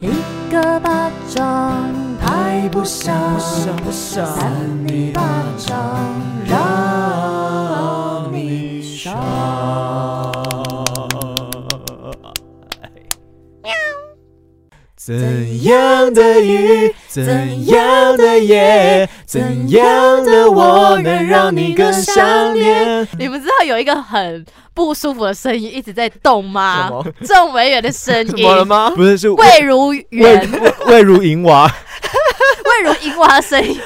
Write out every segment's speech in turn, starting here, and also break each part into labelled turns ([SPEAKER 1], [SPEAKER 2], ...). [SPEAKER 1] 一个巴掌拍不响，
[SPEAKER 2] 不想
[SPEAKER 1] 扇你巴掌让你伤。
[SPEAKER 2] 怎样的雨，怎样的夜，怎样的我能让你更想念？
[SPEAKER 3] 你们知道有一个很不舒服的声音一直在动吗
[SPEAKER 2] 什么？
[SPEAKER 3] 郑维远的声音，
[SPEAKER 2] 吗？啊不是，是
[SPEAKER 3] 魏如
[SPEAKER 2] 魏
[SPEAKER 3] 远，
[SPEAKER 2] 魏如银娃，
[SPEAKER 3] 魏如银娃的声音，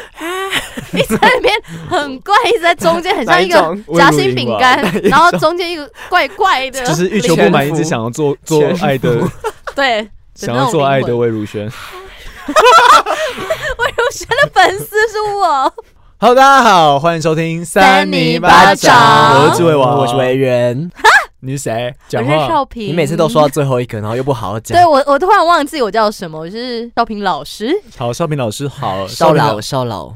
[SPEAKER 3] 一直在那边很怪，一直在中间，很像一
[SPEAKER 4] 哪
[SPEAKER 3] 个
[SPEAKER 4] 一
[SPEAKER 3] 夹心饼干
[SPEAKER 2] 魏如，银娃
[SPEAKER 3] 然后中间一个怪怪的，
[SPEAKER 2] 就是欲求不满，一直想要做做
[SPEAKER 4] 潜伏
[SPEAKER 2] 爱的，
[SPEAKER 3] 对。
[SPEAKER 2] 想要做爱的
[SPEAKER 3] 魏
[SPEAKER 2] 魏如萱。
[SPEAKER 3] 如萱的粉丝是我，
[SPEAKER 2] Hello，大家好，欢迎收听
[SPEAKER 3] 三
[SPEAKER 2] 尼
[SPEAKER 3] 尼
[SPEAKER 2] 巴
[SPEAKER 3] 巴掌
[SPEAKER 2] 我是志伟王，
[SPEAKER 4] 我是维源。
[SPEAKER 2] 你是谁？
[SPEAKER 4] 讲
[SPEAKER 3] 我
[SPEAKER 4] 话
[SPEAKER 3] 是少平。
[SPEAKER 4] 你每次都说到最后一个，然后又不好好讲
[SPEAKER 3] 对。我，我突然忘记我叫什么，我是少平老师，
[SPEAKER 2] 好，少平老师 好，
[SPEAKER 4] 少
[SPEAKER 2] 平
[SPEAKER 4] 老，少老，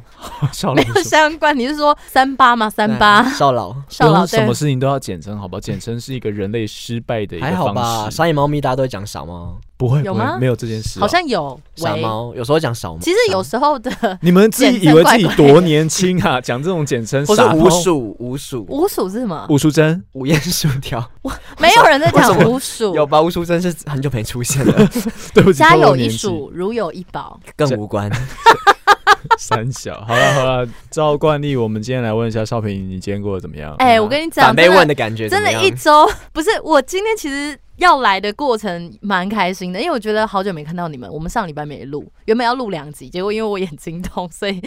[SPEAKER 2] 少
[SPEAKER 3] 没
[SPEAKER 2] 老
[SPEAKER 3] 有
[SPEAKER 2] 师，
[SPEAKER 3] 相关。你是说三八吗？三八
[SPEAKER 4] 对少老，
[SPEAKER 3] 少
[SPEAKER 2] 不
[SPEAKER 3] 老
[SPEAKER 2] 用什
[SPEAKER 3] 对
[SPEAKER 2] 么，事啊情都要简称，好不好？简称是一个人类失败的一个
[SPEAKER 4] 还好吧？
[SPEAKER 2] 方式，
[SPEAKER 4] 商业猫咪大家都会讲傻猫，
[SPEAKER 2] 不会，
[SPEAKER 3] 有
[SPEAKER 2] 不会
[SPEAKER 3] 吗
[SPEAKER 2] 没有这件事啊，
[SPEAKER 3] 好像有
[SPEAKER 4] 傻
[SPEAKER 3] 喂。
[SPEAKER 4] 猫有时候讲少猫，
[SPEAKER 3] 其实有时候的
[SPEAKER 2] 你们自己以为自己多年轻啊， 讲这种简称
[SPEAKER 4] 或是
[SPEAKER 2] 傻
[SPEAKER 4] 五
[SPEAKER 2] 猫。
[SPEAKER 4] 鼠五鼠
[SPEAKER 3] 五鼠是什么？
[SPEAKER 2] 吴淑珍，
[SPEAKER 4] 五鼹薯条，
[SPEAKER 3] 没有人在讲
[SPEAKER 4] 为什么
[SPEAKER 3] 五鼠，
[SPEAKER 4] 有吧？吴叔真是很久没出 现了，
[SPEAKER 2] 对不起，
[SPEAKER 3] 家
[SPEAKER 2] 透露
[SPEAKER 3] 有
[SPEAKER 2] 年
[SPEAKER 3] 一
[SPEAKER 2] 纪，
[SPEAKER 3] 鼠，如有一宝。
[SPEAKER 4] 更无关。
[SPEAKER 2] 三小。好了好了，照惯例，我们今天来问一下少平，你今天过得怎么样？
[SPEAKER 3] 哎，我跟你讲，
[SPEAKER 4] 反被
[SPEAKER 3] 真
[SPEAKER 4] 问
[SPEAKER 3] 的
[SPEAKER 4] 的感觉怎
[SPEAKER 3] 真
[SPEAKER 4] 么
[SPEAKER 3] 的，
[SPEAKER 4] 样，
[SPEAKER 3] 一周不是我今天其实。要来的过程蛮开心的，因为我觉得好久没看到你们。我们上礼拜没录，原本要录两集，结果因为我眼睛痛，所以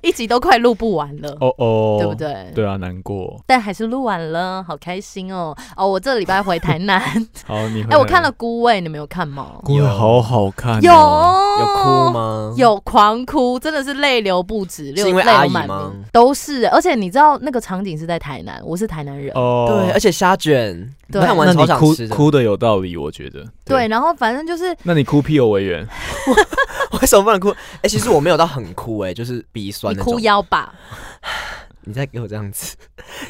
[SPEAKER 3] 一集都快录不完了，
[SPEAKER 2] 哦哦，
[SPEAKER 3] 对不？对？
[SPEAKER 2] 对啊，难过。
[SPEAKER 3] 但还是录完了，好开心哦！哦，我这礼拜回台 南，
[SPEAKER 2] 好，你回
[SPEAKER 3] 哎、我
[SPEAKER 2] 来
[SPEAKER 3] 看了《孤味》，你们有看吗？
[SPEAKER 2] 姑娘好好看、
[SPEAKER 3] 有
[SPEAKER 2] 哦，
[SPEAKER 4] 啊有哭？吗？
[SPEAKER 3] 有狂哭，真的是泪流不止，
[SPEAKER 4] 嗯是
[SPEAKER 3] 流
[SPEAKER 4] 因为
[SPEAKER 3] 泪
[SPEAKER 4] 阿
[SPEAKER 3] 流
[SPEAKER 4] 姨
[SPEAKER 3] 满
[SPEAKER 4] 吗
[SPEAKER 3] 面，都是。而且你知道那个场景是在台南，我是台南人，
[SPEAKER 2] 哦
[SPEAKER 4] 对，而且虾卷，
[SPEAKER 3] 对
[SPEAKER 4] 看
[SPEAKER 2] 那
[SPEAKER 4] 完超
[SPEAKER 2] 你
[SPEAKER 4] 想
[SPEAKER 2] 哭
[SPEAKER 4] 吃的。
[SPEAKER 2] 哭的有道理，我觉得。
[SPEAKER 3] 对，，然后反正就是
[SPEAKER 2] 那你哭屁有委员，
[SPEAKER 4] 为什么不能哭？哎、其实我没有到很哭、哎，就是鼻酸
[SPEAKER 3] 你
[SPEAKER 4] 那种。
[SPEAKER 3] 哭腰吧，
[SPEAKER 4] 你再给我这样子。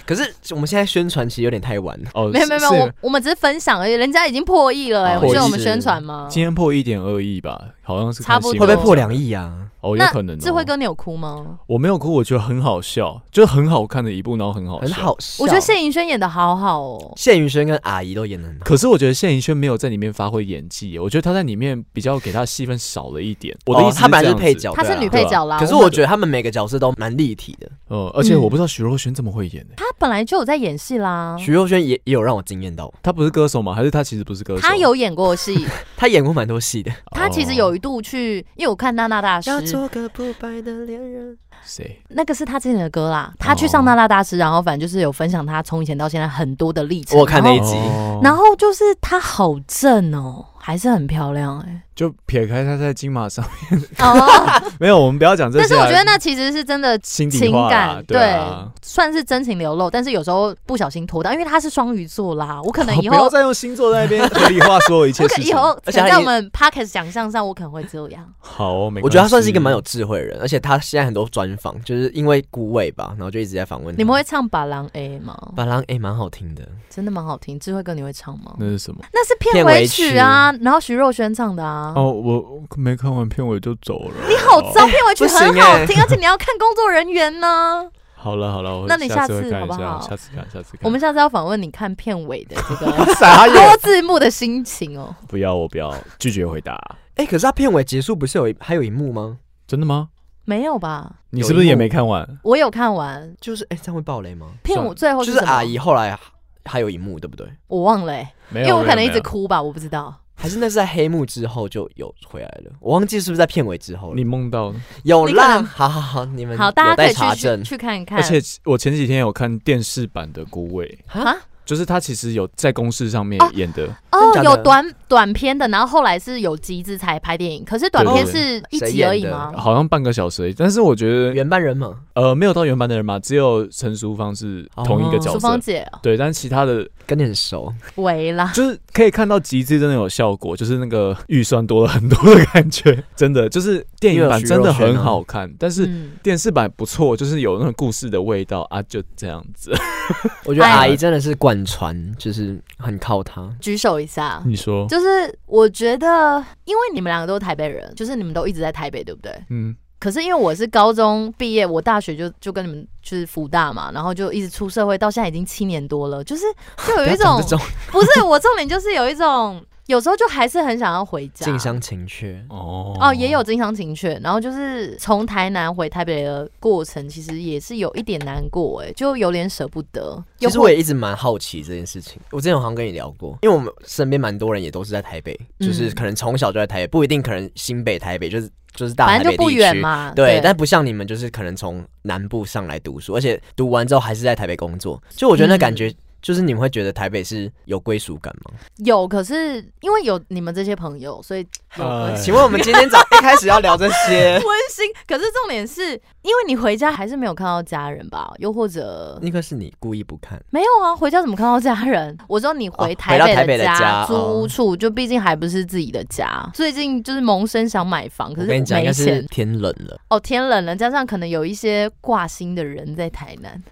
[SPEAKER 4] 可是我们现在宣传其实有点太晚了。
[SPEAKER 2] 哦，
[SPEAKER 3] 没有没有没
[SPEAKER 2] 是
[SPEAKER 3] 有，我我们只是分享而已，人家已经破亿了哎、
[SPEAKER 4] 哦
[SPEAKER 3] 我记得我
[SPEAKER 2] 破亿
[SPEAKER 3] 们宣传吗？
[SPEAKER 2] 今天破一点二亿吧，好像是看
[SPEAKER 3] 差不多
[SPEAKER 2] 新
[SPEAKER 4] 会
[SPEAKER 2] 闻
[SPEAKER 4] 不会破两亿啊？
[SPEAKER 2] 哦，有
[SPEAKER 3] 那
[SPEAKER 2] 可能、哦。
[SPEAKER 3] 智慧哥，你有哭吗？
[SPEAKER 2] 我没有哭，我觉得很好笑，就是很好看的一部，然后很好笑。
[SPEAKER 4] 很。好笑。
[SPEAKER 3] 我觉得谢盈萱演的好好哦，
[SPEAKER 4] 谢宇轩跟阿姨都演的很好。
[SPEAKER 2] 可是我觉得谢盈萱没有在里面发挥演技耶，我觉得她在里面比较给她戏份少了一点。我的意
[SPEAKER 4] 哦
[SPEAKER 2] 思、
[SPEAKER 4] 她本来是配，角，
[SPEAKER 3] 她是
[SPEAKER 4] 对啊
[SPEAKER 3] 女配角啦。
[SPEAKER 4] 可是我觉得他们每个角色都蛮立体的。
[SPEAKER 2] 呃，而且我不知道徐若瑄这么会演呢。
[SPEAKER 3] 她本来就有在演戏啦，
[SPEAKER 4] 徐若瑄也也有让我惊艳到，
[SPEAKER 2] 她不是歌手吗？还是她其实不是歌手？
[SPEAKER 3] 她有演过戏，
[SPEAKER 4] 她演过蛮多戏的。
[SPEAKER 3] 她其实
[SPEAKER 4] 哦
[SPEAKER 3] 有一度去，因为我看娜娜大师，
[SPEAKER 4] 个不败的恋人。
[SPEAKER 2] 谁？
[SPEAKER 3] 那个是她之前的歌啦，她去上娜娜大师，然后反正就是有分享她从以前到现在很多的历程。
[SPEAKER 4] 我看那
[SPEAKER 3] 然
[SPEAKER 4] 一
[SPEAKER 3] 后
[SPEAKER 4] 集
[SPEAKER 2] 哦
[SPEAKER 3] 然后就是她好正哦，还是很漂亮哎、
[SPEAKER 2] 就撇开她在金马上，
[SPEAKER 3] 哦，
[SPEAKER 2] 没有，我们不要讲这些
[SPEAKER 3] 但
[SPEAKER 2] 啊。
[SPEAKER 3] 是我觉得那其实是真的
[SPEAKER 2] 心底
[SPEAKER 3] 情
[SPEAKER 2] 话啦
[SPEAKER 3] 感，
[SPEAKER 2] 对啊
[SPEAKER 3] 算是真情流露，但是有时候不小心拖到，因为她是双鱼座啦，我可能
[SPEAKER 2] 好
[SPEAKER 3] 以
[SPEAKER 2] 哦不要
[SPEAKER 3] 后。
[SPEAKER 2] 再用星座在那边合理化所有一切
[SPEAKER 3] 我可
[SPEAKER 2] 事
[SPEAKER 3] 以
[SPEAKER 2] 情。
[SPEAKER 3] 后，可
[SPEAKER 4] 而且她
[SPEAKER 3] 能在
[SPEAKER 4] 也
[SPEAKER 3] 我们 podcast 想象上，我可能会这样。
[SPEAKER 2] 好哦，没
[SPEAKER 4] 我觉得她算是一个
[SPEAKER 2] 关系
[SPEAKER 4] 蛮有智慧的人，而且她现在很多专访，就是因为孤味吧，然后就一直在访问
[SPEAKER 2] 嗯
[SPEAKER 4] 她。
[SPEAKER 3] 你们会唱《把郎 A》吗？
[SPEAKER 4] 巴郎哎，蛮好听的。
[SPEAKER 3] 真的蛮好听。智慧哥，你会唱吗？
[SPEAKER 2] 那是什么？
[SPEAKER 3] 那是片尾曲啊，然后徐若瑄唱的啊。
[SPEAKER 2] 哦，我没看完片尾就走了。
[SPEAKER 3] 你好糟，片尾曲
[SPEAKER 4] 不行
[SPEAKER 3] 很好
[SPEAKER 4] 欸
[SPEAKER 3] 听， 而且你要看工作人员呢。
[SPEAKER 2] 好了好了，我
[SPEAKER 3] 那你
[SPEAKER 2] 下
[SPEAKER 3] 下次
[SPEAKER 2] 会看
[SPEAKER 3] 好
[SPEAKER 2] 一
[SPEAKER 3] 不
[SPEAKER 2] 下，
[SPEAKER 3] 好
[SPEAKER 2] 下次看，下次看。
[SPEAKER 3] 我们下次要访问你看片尾的这 个
[SPEAKER 2] 傻眼，
[SPEAKER 3] 多字幕的心情哦。
[SPEAKER 2] 不要，我不要，拒绝回答。
[SPEAKER 4] 哎、可是她片尾结束不是有一还有一幕吗？
[SPEAKER 2] 真的吗？
[SPEAKER 3] 没有吧？
[SPEAKER 2] 你是不是
[SPEAKER 4] 有一幕
[SPEAKER 2] 也没看完？
[SPEAKER 3] 我有看完
[SPEAKER 4] 就是哎、这样会爆雷吗？
[SPEAKER 3] 片尾，最后
[SPEAKER 4] 就是
[SPEAKER 3] 哦什么
[SPEAKER 4] 阿姨，后来还有一幕，对不对？
[SPEAKER 3] 我忘了欸，
[SPEAKER 2] 没
[SPEAKER 3] 因
[SPEAKER 2] 有，
[SPEAKER 3] 为我
[SPEAKER 2] 没
[SPEAKER 3] 可
[SPEAKER 2] 有
[SPEAKER 3] 能一直。
[SPEAKER 2] 没
[SPEAKER 3] 哭吧，我不知道。
[SPEAKER 4] 还是那是在黑幕之后就有回来了？我忘记是不是在片尾之后
[SPEAKER 2] 有
[SPEAKER 4] 了。
[SPEAKER 2] 你梦到了，
[SPEAKER 4] 有
[SPEAKER 3] 你可
[SPEAKER 4] 啦，
[SPEAKER 3] 能
[SPEAKER 4] 好好好，你们
[SPEAKER 3] 好，大家
[SPEAKER 4] 有
[SPEAKER 3] 可
[SPEAKER 4] 待
[SPEAKER 3] 以
[SPEAKER 4] 查
[SPEAKER 3] 去去
[SPEAKER 4] 证。
[SPEAKER 3] 去看看。
[SPEAKER 2] 而且我前几天有看电视版的《孤味》，
[SPEAKER 3] 啊，
[SPEAKER 2] 就是他其实有在公视上面
[SPEAKER 3] 哦
[SPEAKER 2] 演的，
[SPEAKER 3] 哦
[SPEAKER 4] 真假，的
[SPEAKER 3] 有短短片的，然后后来是有集子才拍电影，可是短片是一
[SPEAKER 4] 谁
[SPEAKER 3] 集
[SPEAKER 4] 演
[SPEAKER 3] 而已
[SPEAKER 4] 的
[SPEAKER 3] 吗？
[SPEAKER 2] 好像半个小时而已。但是我觉得，
[SPEAKER 4] 原班人嘛，
[SPEAKER 2] 呃，没有到原版的人嘛，只有陈淑芳是同一个
[SPEAKER 4] 哦
[SPEAKER 2] 角
[SPEAKER 3] 淑
[SPEAKER 2] 色
[SPEAKER 3] 芳，姐
[SPEAKER 2] 对，但其他的
[SPEAKER 4] 跟你很熟，
[SPEAKER 3] 为啦，
[SPEAKER 2] 就是可以看到集资真的有效果，就是那个预算多了很多的感觉，真的就是 电影
[SPEAKER 4] 因为
[SPEAKER 2] 版
[SPEAKER 4] 有徐
[SPEAKER 2] 真的
[SPEAKER 4] 若瑄
[SPEAKER 2] 很
[SPEAKER 4] 啊
[SPEAKER 2] 好看，但是
[SPEAKER 3] 嗯
[SPEAKER 2] 电视版不错，就是有那种故事的味道啊，就这样子。
[SPEAKER 4] 我觉得
[SPEAKER 3] 哎
[SPEAKER 4] 阿姨真的是贯穿，就是很靠她。
[SPEAKER 3] 举手一下。
[SPEAKER 2] 你
[SPEAKER 4] 哦
[SPEAKER 2] 说，
[SPEAKER 3] 就是我觉得，因为你们两个都是台北人，就是你们都一直在台北，对不对？
[SPEAKER 2] 嗯，
[SPEAKER 3] 可是因为我是高中毕业，我大学就就跟你们就是福大嘛，然后就一直出社会，到现在已经七年多了， 就是就有一种
[SPEAKER 4] 这种
[SPEAKER 3] 不是我重点就是有一种有时候就还是很想要回 家。
[SPEAKER 4] 近乡情怯，
[SPEAKER 2] 哦
[SPEAKER 3] 哦，也有经商情却，然后就是从台南回台北的过程，其实也是有一点难过，哎，就有点舍不得。
[SPEAKER 4] 其
[SPEAKER 3] 又
[SPEAKER 4] 实
[SPEAKER 3] 或
[SPEAKER 4] 我也一直蛮好奇这件事情。我之前好像跟你聊过，因为我们身边蛮多人也都是在台北，
[SPEAKER 3] 嗯
[SPEAKER 4] 就是可能从小就在台北，不一定可能新北台北，就是就是大
[SPEAKER 3] 反
[SPEAKER 4] 台
[SPEAKER 3] 正
[SPEAKER 4] 北
[SPEAKER 3] 就不
[SPEAKER 4] 地
[SPEAKER 3] 远
[SPEAKER 4] 区。
[SPEAKER 3] 嘛，
[SPEAKER 4] 对，但不像你们，就是可能从南部上来读书，而且读完之后还是在台北工作，就我觉得
[SPEAKER 3] 嗯
[SPEAKER 4] 那感觉，就是你们会觉得台北是有归属感吗？
[SPEAKER 3] 有，可是因为有你们这些朋友，所以有
[SPEAKER 2] 哎
[SPEAKER 3] 温馨，
[SPEAKER 4] 请问我们今天早一开始要聊这些
[SPEAKER 3] 温 馨。 可是重点是因为你回家还是没有看到家人吧？又或者
[SPEAKER 4] 那个是你故意不看，
[SPEAKER 3] 没有啊？回家怎么看到家人？ 我说你回
[SPEAKER 4] 哦回到台
[SPEAKER 3] 北
[SPEAKER 4] 北的
[SPEAKER 3] 家,、
[SPEAKER 4] 家
[SPEAKER 3] 租屋
[SPEAKER 4] 哦
[SPEAKER 3] 处，就毕竟还不是自己的家。最近就是萌生想买房，可
[SPEAKER 4] 我
[SPEAKER 3] 是
[SPEAKER 4] 跟你讲，应
[SPEAKER 3] 没
[SPEAKER 4] 该是
[SPEAKER 3] 钱
[SPEAKER 4] 天冷了。
[SPEAKER 3] 哦。天冷了，加上可能有一些挂心的人在台南，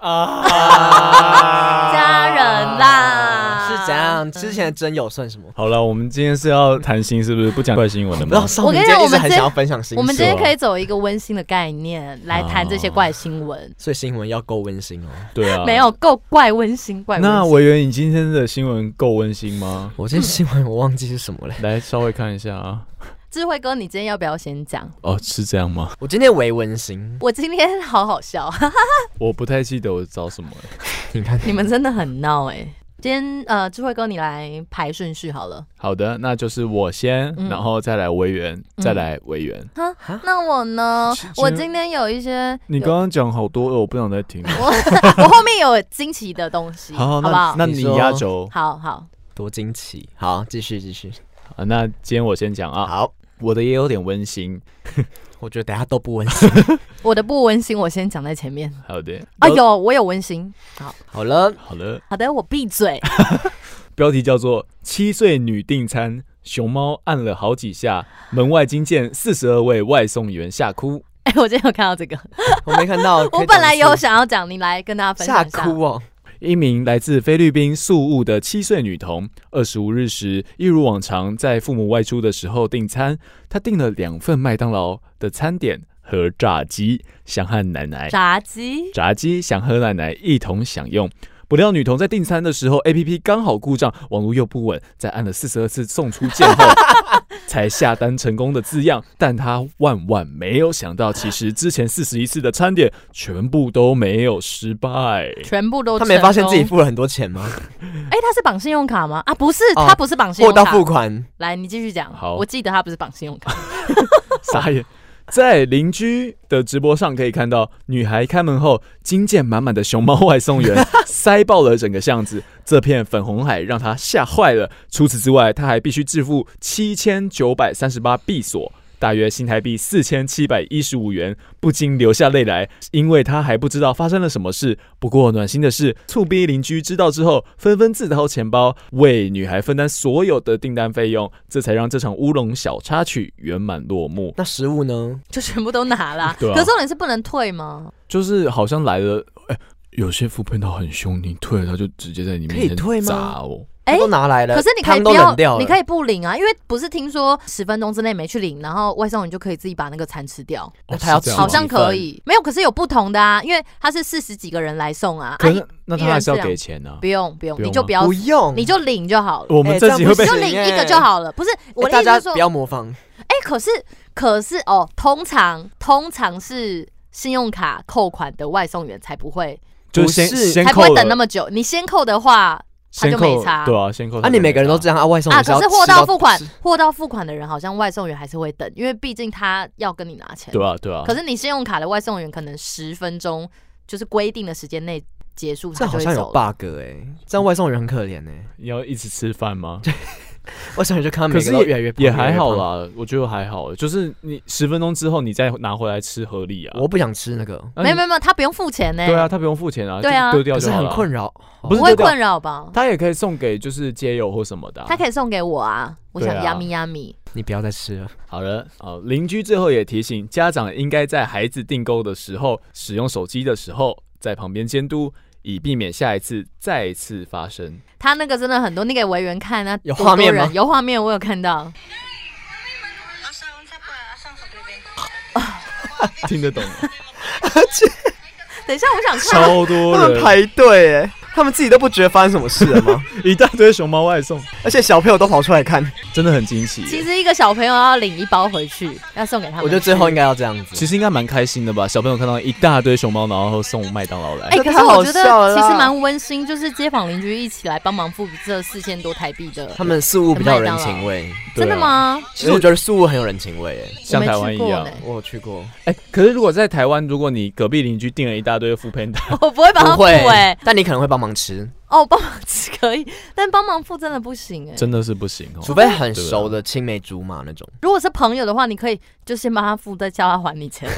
[SPEAKER 2] 啊
[SPEAKER 3] 家人啦，
[SPEAKER 4] 是怎
[SPEAKER 3] 啊
[SPEAKER 4] 样？之前的真友算什么？
[SPEAKER 2] 好了，我们今天是要谈心，是不是不讲怪新闻了
[SPEAKER 4] 不知 道
[SPEAKER 2] 吗？
[SPEAKER 4] 少女今天一直很想要分享哦新闻，
[SPEAKER 3] 我们今天
[SPEAKER 2] 啊
[SPEAKER 3] 可以走一个温馨的概念来谈
[SPEAKER 4] 哦
[SPEAKER 3] 这些怪新闻，
[SPEAKER 4] 所以新闻要够温馨哦。
[SPEAKER 2] 对啊，
[SPEAKER 3] 没有。够怪温馨，怪温馨。
[SPEAKER 2] 那委员，你今天的新闻够温馨吗？
[SPEAKER 4] 我这新闻我忘记是什么了。
[SPEAKER 2] 来稍微看一下啊。
[SPEAKER 3] 智慧哥，你今天要不要先讲？
[SPEAKER 2] 哦，是这样吗？
[SPEAKER 4] 我今天为温馨，
[SPEAKER 3] 我今天好好 笑，
[SPEAKER 2] 我不太记得我找什么了。
[SPEAKER 4] 你看
[SPEAKER 3] 你们真的很闹哎、今天呃，智慧哥你来排顺序好了。
[SPEAKER 2] 好的，那就是我先，
[SPEAKER 3] 嗯
[SPEAKER 2] 然后再来委员，
[SPEAKER 3] 嗯
[SPEAKER 2] 再来委员。
[SPEAKER 3] 哈
[SPEAKER 4] 哈，
[SPEAKER 3] 那我呢
[SPEAKER 2] 其实？
[SPEAKER 3] 我今天有一些，
[SPEAKER 2] 你刚刚讲好多，哦我不想再听了。
[SPEAKER 3] 我我后面有惊奇的东 西，
[SPEAKER 2] 好好，
[SPEAKER 3] 不
[SPEAKER 2] 那
[SPEAKER 3] 好？
[SPEAKER 2] 那你
[SPEAKER 4] 你说
[SPEAKER 2] 压轴
[SPEAKER 3] 好好，
[SPEAKER 4] 多惊奇。好，继续继续。
[SPEAKER 2] 啊。那今天我先讲啊，
[SPEAKER 4] 好，
[SPEAKER 2] 我的也有点温馨。
[SPEAKER 4] 我觉得等下都不温 馨。
[SPEAKER 3] 我的不温馨我先讲在前面
[SPEAKER 2] 好的，
[SPEAKER 3] 啊，
[SPEAKER 2] 标
[SPEAKER 3] 有我有温馨。
[SPEAKER 4] 好了，
[SPEAKER 2] 好了，
[SPEAKER 3] 好的，我闭 嘴。
[SPEAKER 2] 标题叫做《七岁女订餐》，熊猫按了好几下，门外惊见四十二位外送员吓哭。
[SPEAKER 3] 哎、我今天有看到这个，
[SPEAKER 4] 我没看 到。可
[SPEAKER 3] 我
[SPEAKER 4] 以
[SPEAKER 3] 本来
[SPEAKER 4] 讲
[SPEAKER 3] 有
[SPEAKER 4] 是
[SPEAKER 3] 想要讲，你来跟大家分享
[SPEAKER 4] 吓
[SPEAKER 3] 一下。
[SPEAKER 4] 哭哦。
[SPEAKER 2] 一名来自菲律宾宿务的七岁女童，二十五日时一如往常在父母外出的时候订餐，她订了两份麦当劳的餐点和炸鸡，想和奶
[SPEAKER 4] 欸
[SPEAKER 2] 奶
[SPEAKER 3] 炸鸡，
[SPEAKER 2] 炸鸡想和奶奶一同享用。不料女童在订餐的时候，A P P 刚好故障，网络又不稳，在按了四十二次送出键 后，才下单成功的字样。但她万万没有想到，其实之前四十一次的餐点全部都没有失败。
[SPEAKER 3] 全部都
[SPEAKER 4] 他没发现
[SPEAKER 3] 成
[SPEAKER 4] 自己
[SPEAKER 3] 功
[SPEAKER 4] 付了很多钱吗？
[SPEAKER 3] 哎、他是绑信用卡吗？啊，不是，
[SPEAKER 4] 哦
[SPEAKER 3] 他不是绑信
[SPEAKER 4] 货
[SPEAKER 3] 用
[SPEAKER 4] 到
[SPEAKER 3] 卡。
[SPEAKER 4] 付款，
[SPEAKER 3] 来，你继续讲。
[SPEAKER 2] 好
[SPEAKER 3] 我记得他不是绑信用卡。
[SPEAKER 2] 傻眼。在邻居的直播上可以看到，女孩开门后惊见满满的熊猫外送员，塞爆了整个巷子。这片粉红海让她吓坏了。除此之外，她还必须支付七千九百三十八币索。大约新台币四千七百一十五元，不禁流下泪来，因为她还不知道发生了什么事。不过暖心的是，醋逼邻居知道之后，纷纷自掏钱包为女孩分担所有的订单费用，这才让这场乌龙小插曲圆满落幕。
[SPEAKER 4] 那食物呢？
[SPEAKER 3] 就全部都拿啦。
[SPEAKER 2] 对啊
[SPEAKER 3] 可是重点是不能退吗？
[SPEAKER 2] 就是好像来了，哎、有些副喷到很凶，你退了他就直接在你面
[SPEAKER 4] 可以
[SPEAKER 2] 前
[SPEAKER 4] 退吗
[SPEAKER 2] 砸哦。
[SPEAKER 3] 哎
[SPEAKER 4] 都拿来了，
[SPEAKER 3] 可是你可以
[SPEAKER 4] 汤都
[SPEAKER 3] 不要
[SPEAKER 4] 冷掉，了。
[SPEAKER 3] 你可以不领啊，因为不是听说十分钟之内没去领，然后外送员就可以自己把那个餐吃掉，
[SPEAKER 4] 那他要
[SPEAKER 2] 哦是这样吗
[SPEAKER 3] 好像可以。没有，可是有不同的啊，因为他是四十几个人来送啊。
[SPEAKER 2] 可
[SPEAKER 3] 啊
[SPEAKER 2] 是那他还是要给钱呢、啊
[SPEAKER 3] 不。用不用，
[SPEAKER 2] 不用
[SPEAKER 3] 你就
[SPEAKER 2] 吗
[SPEAKER 3] 不要
[SPEAKER 4] 不，用，
[SPEAKER 3] 你就领就好了。
[SPEAKER 2] 我们这集会被
[SPEAKER 4] 哎这
[SPEAKER 3] 你
[SPEAKER 4] 样
[SPEAKER 3] 就
[SPEAKER 4] 不
[SPEAKER 3] 领
[SPEAKER 4] 行
[SPEAKER 3] 一
[SPEAKER 4] 哎
[SPEAKER 3] 个就好了，不是我
[SPEAKER 4] 哎
[SPEAKER 3] 的
[SPEAKER 4] 大
[SPEAKER 3] 意思
[SPEAKER 4] 家
[SPEAKER 3] 是说
[SPEAKER 4] 不，要模仿。
[SPEAKER 3] 哎、可是可是哦，通常通常是信用卡扣款的外送员才不会，
[SPEAKER 2] 就是先
[SPEAKER 4] 不是
[SPEAKER 2] 先
[SPEAKER 3] 才不
[SPEAKER 2] 扣
[SPEAKER 3] 会
[SPEAKER 2] 了，
[SPEAKER 3] 等那么久。你先扣的话，他
[SPEAKER 2] 先
[SPEAKER 3] 就
[SPEAKER 2] 扣
[SPEAKER 3] 没差
[SPEAKER 2] 对啊，先扣他就没差。
[SPEAKER 4] 啊，你每个人都这样啊，外送
[SPEAKER 3] 啊，
[SPEAKER 4] 也要
[SPEAKER 3] 可是货
[SPEAKER 4] 吃到
[SPEAKER 3] 到付款
[SPEAKER 4] 吃，
[SPEAKER 3] 货到付款的人好像外送员还是会等，因为毕竟他要跟你拿钱。
[SPEAKER 2] 对啊，对啊。
[SPEAKER 3] 可是你信用卡的外送员可能十分钟就是规定的时间内结束，他
[SPEAKER 4] 这
[SPEAKER 3] 就
[SPEAKER 4] 好
[SPEAKER 3] 会
[SPEAKER 4] 像有欸
[SPEAKER 3] 走了。
[SPEAKER 4] bug 哎、这样外送人很可怜哎、
[SPEAKER 2] 你要一直吃饭吗？
[SPEAKER 4] 我想就看到
[SPEAKER 2] 可
[SPEAKER 4] 每
[SPEAKER 2] 是
[SPEAKER 4] 个都越来越胖
[SPEAKER 2] 也还好。
[SPEAKER 4] 越来越
[SPEAKER 2] 啦，我觉得还好，就是你十分钟之后你再拿回来吃合理啊。
[SPEAKER 4] 胖我不想吃那个，
[SPEAKER 2] 那你
[SPEAKER 3] 没有没有没有，他不用付钱呢，
[SPEAKER 2] 对啊，，他不用付钱啊，
[SPEAKER 3] 对啊
[SPEAKER 2] 就丢掉
[SPEAKER 4] 可
[SPEAKER 2] 就是好
[SPEAKER 4] 很
[SPEAKER 2] 了。
[SPEAKER 4] 困扰。哦
[SPEAKER 2] 不是
[SPEAKER 3] 不会
[SPEAKER 2] 丢掉
[SPEAKER 3] 困扰
[SPEAKER 4] 啊
[SPEAKER 3] 吧？
[SPEAKER 2] 他也可以送给就是街友或什么的啊、
[SPEAKER 3] 他可以送给我啊，我想
[SPEAKER 2] 对啊
[SPEAKER 3] yummy yummy。
[SPEAKER 4] 你不要再吃了，
[SPEAKER 2] 好了，呃，邻居最后也提醒家长应该在孩子订购的时候使用手机的时候，在旁边监督，以避免下一次再次发 生。
[SPEAKER 3] 他那个真的很多，你给维园看啊，
[SPEAKER 4] 有
[SPEAKER 3] 多多
[SPEAKER 4] 画面吗
[SPEAKER 3] 人有画面，我有看 到。
[SPEAKER 2] 听得懂吗？
[SPEAKER 3] 等一下，我想看，
[SPEAKER 2] 超多
[SPEAKER 4] 他们
[SPEAKER 2] 人，
[SPEAKER 4] 排队哎，他们自己都不觉得发生什么事 了吗？
[SPEAKER 2] 一大堆熊猫外送，
[SPEAKER 4] 而且小朋友都跑出来看，
[SPEAKER 2] 真的很惊奇耶。
[SPEAKER 3] 其实一个小朋友要领一包回去，要送给他们。
[SPEAKER 4] 我觉得最后应该要这样子。
[SPEAKER 2] 其实应该蛮开心的吧？小朋友看到一大堆熊猫，然后送麦当劳来，
[SPEAKER 3] 哎、
[SPEAKER 4] 这
[SPEAKER 3] 可
[SPEAKER 4] 太
[SPEAKER 3] 是我
[SPEAKER 4] 好
[SPEAKER 3] 觉
[SPEAKER 4] 笑了
[SPEAKER 3] 得其
[SPEAKER 4] 啦
[SPEAKER 3] 实蛮温馨，就是街坊邻居一起来帮忙付这四千多台币的。
[SPEAKER 4] 他们事物比较有人情味，
[SPEAKER 2] 对啊
[SPEAKER 3] 真的？吗？
[SPEAKER 4] 其实我觉得事物很有人情味哎。
[SPEAKER 2] 像台湾一
[SPEAKER 3] 我没去
[SPEAKER 2] 样
[SPEAKER 3] 过。呢
[SPEAKER 4] 我有去过，
[SPEAKER 2] 哎、可是如果在台湾，如果你隔壁邻居订了一大堆副片蛋，
[SPEAKER 3] 我不会帮他
[SPEAKER 4] 不
[SPEAKER 3] 付
[SPEAKER 4] 会
[SPEAKER 3] 哎、，
[SPEAKER 4] 但你可能会帮忙吃，
[SPEAKER 3] 哦，帮忙吃可以，但帮忙付真的不行哎、
[SPEAKER 2] 真的是不行哦。
[SPEAKER 4] 除非很熟的青梅竹马那种。
[SPEAKER 3] 如果是朋友的话，你可以就先帮他付，再叫他还你钱，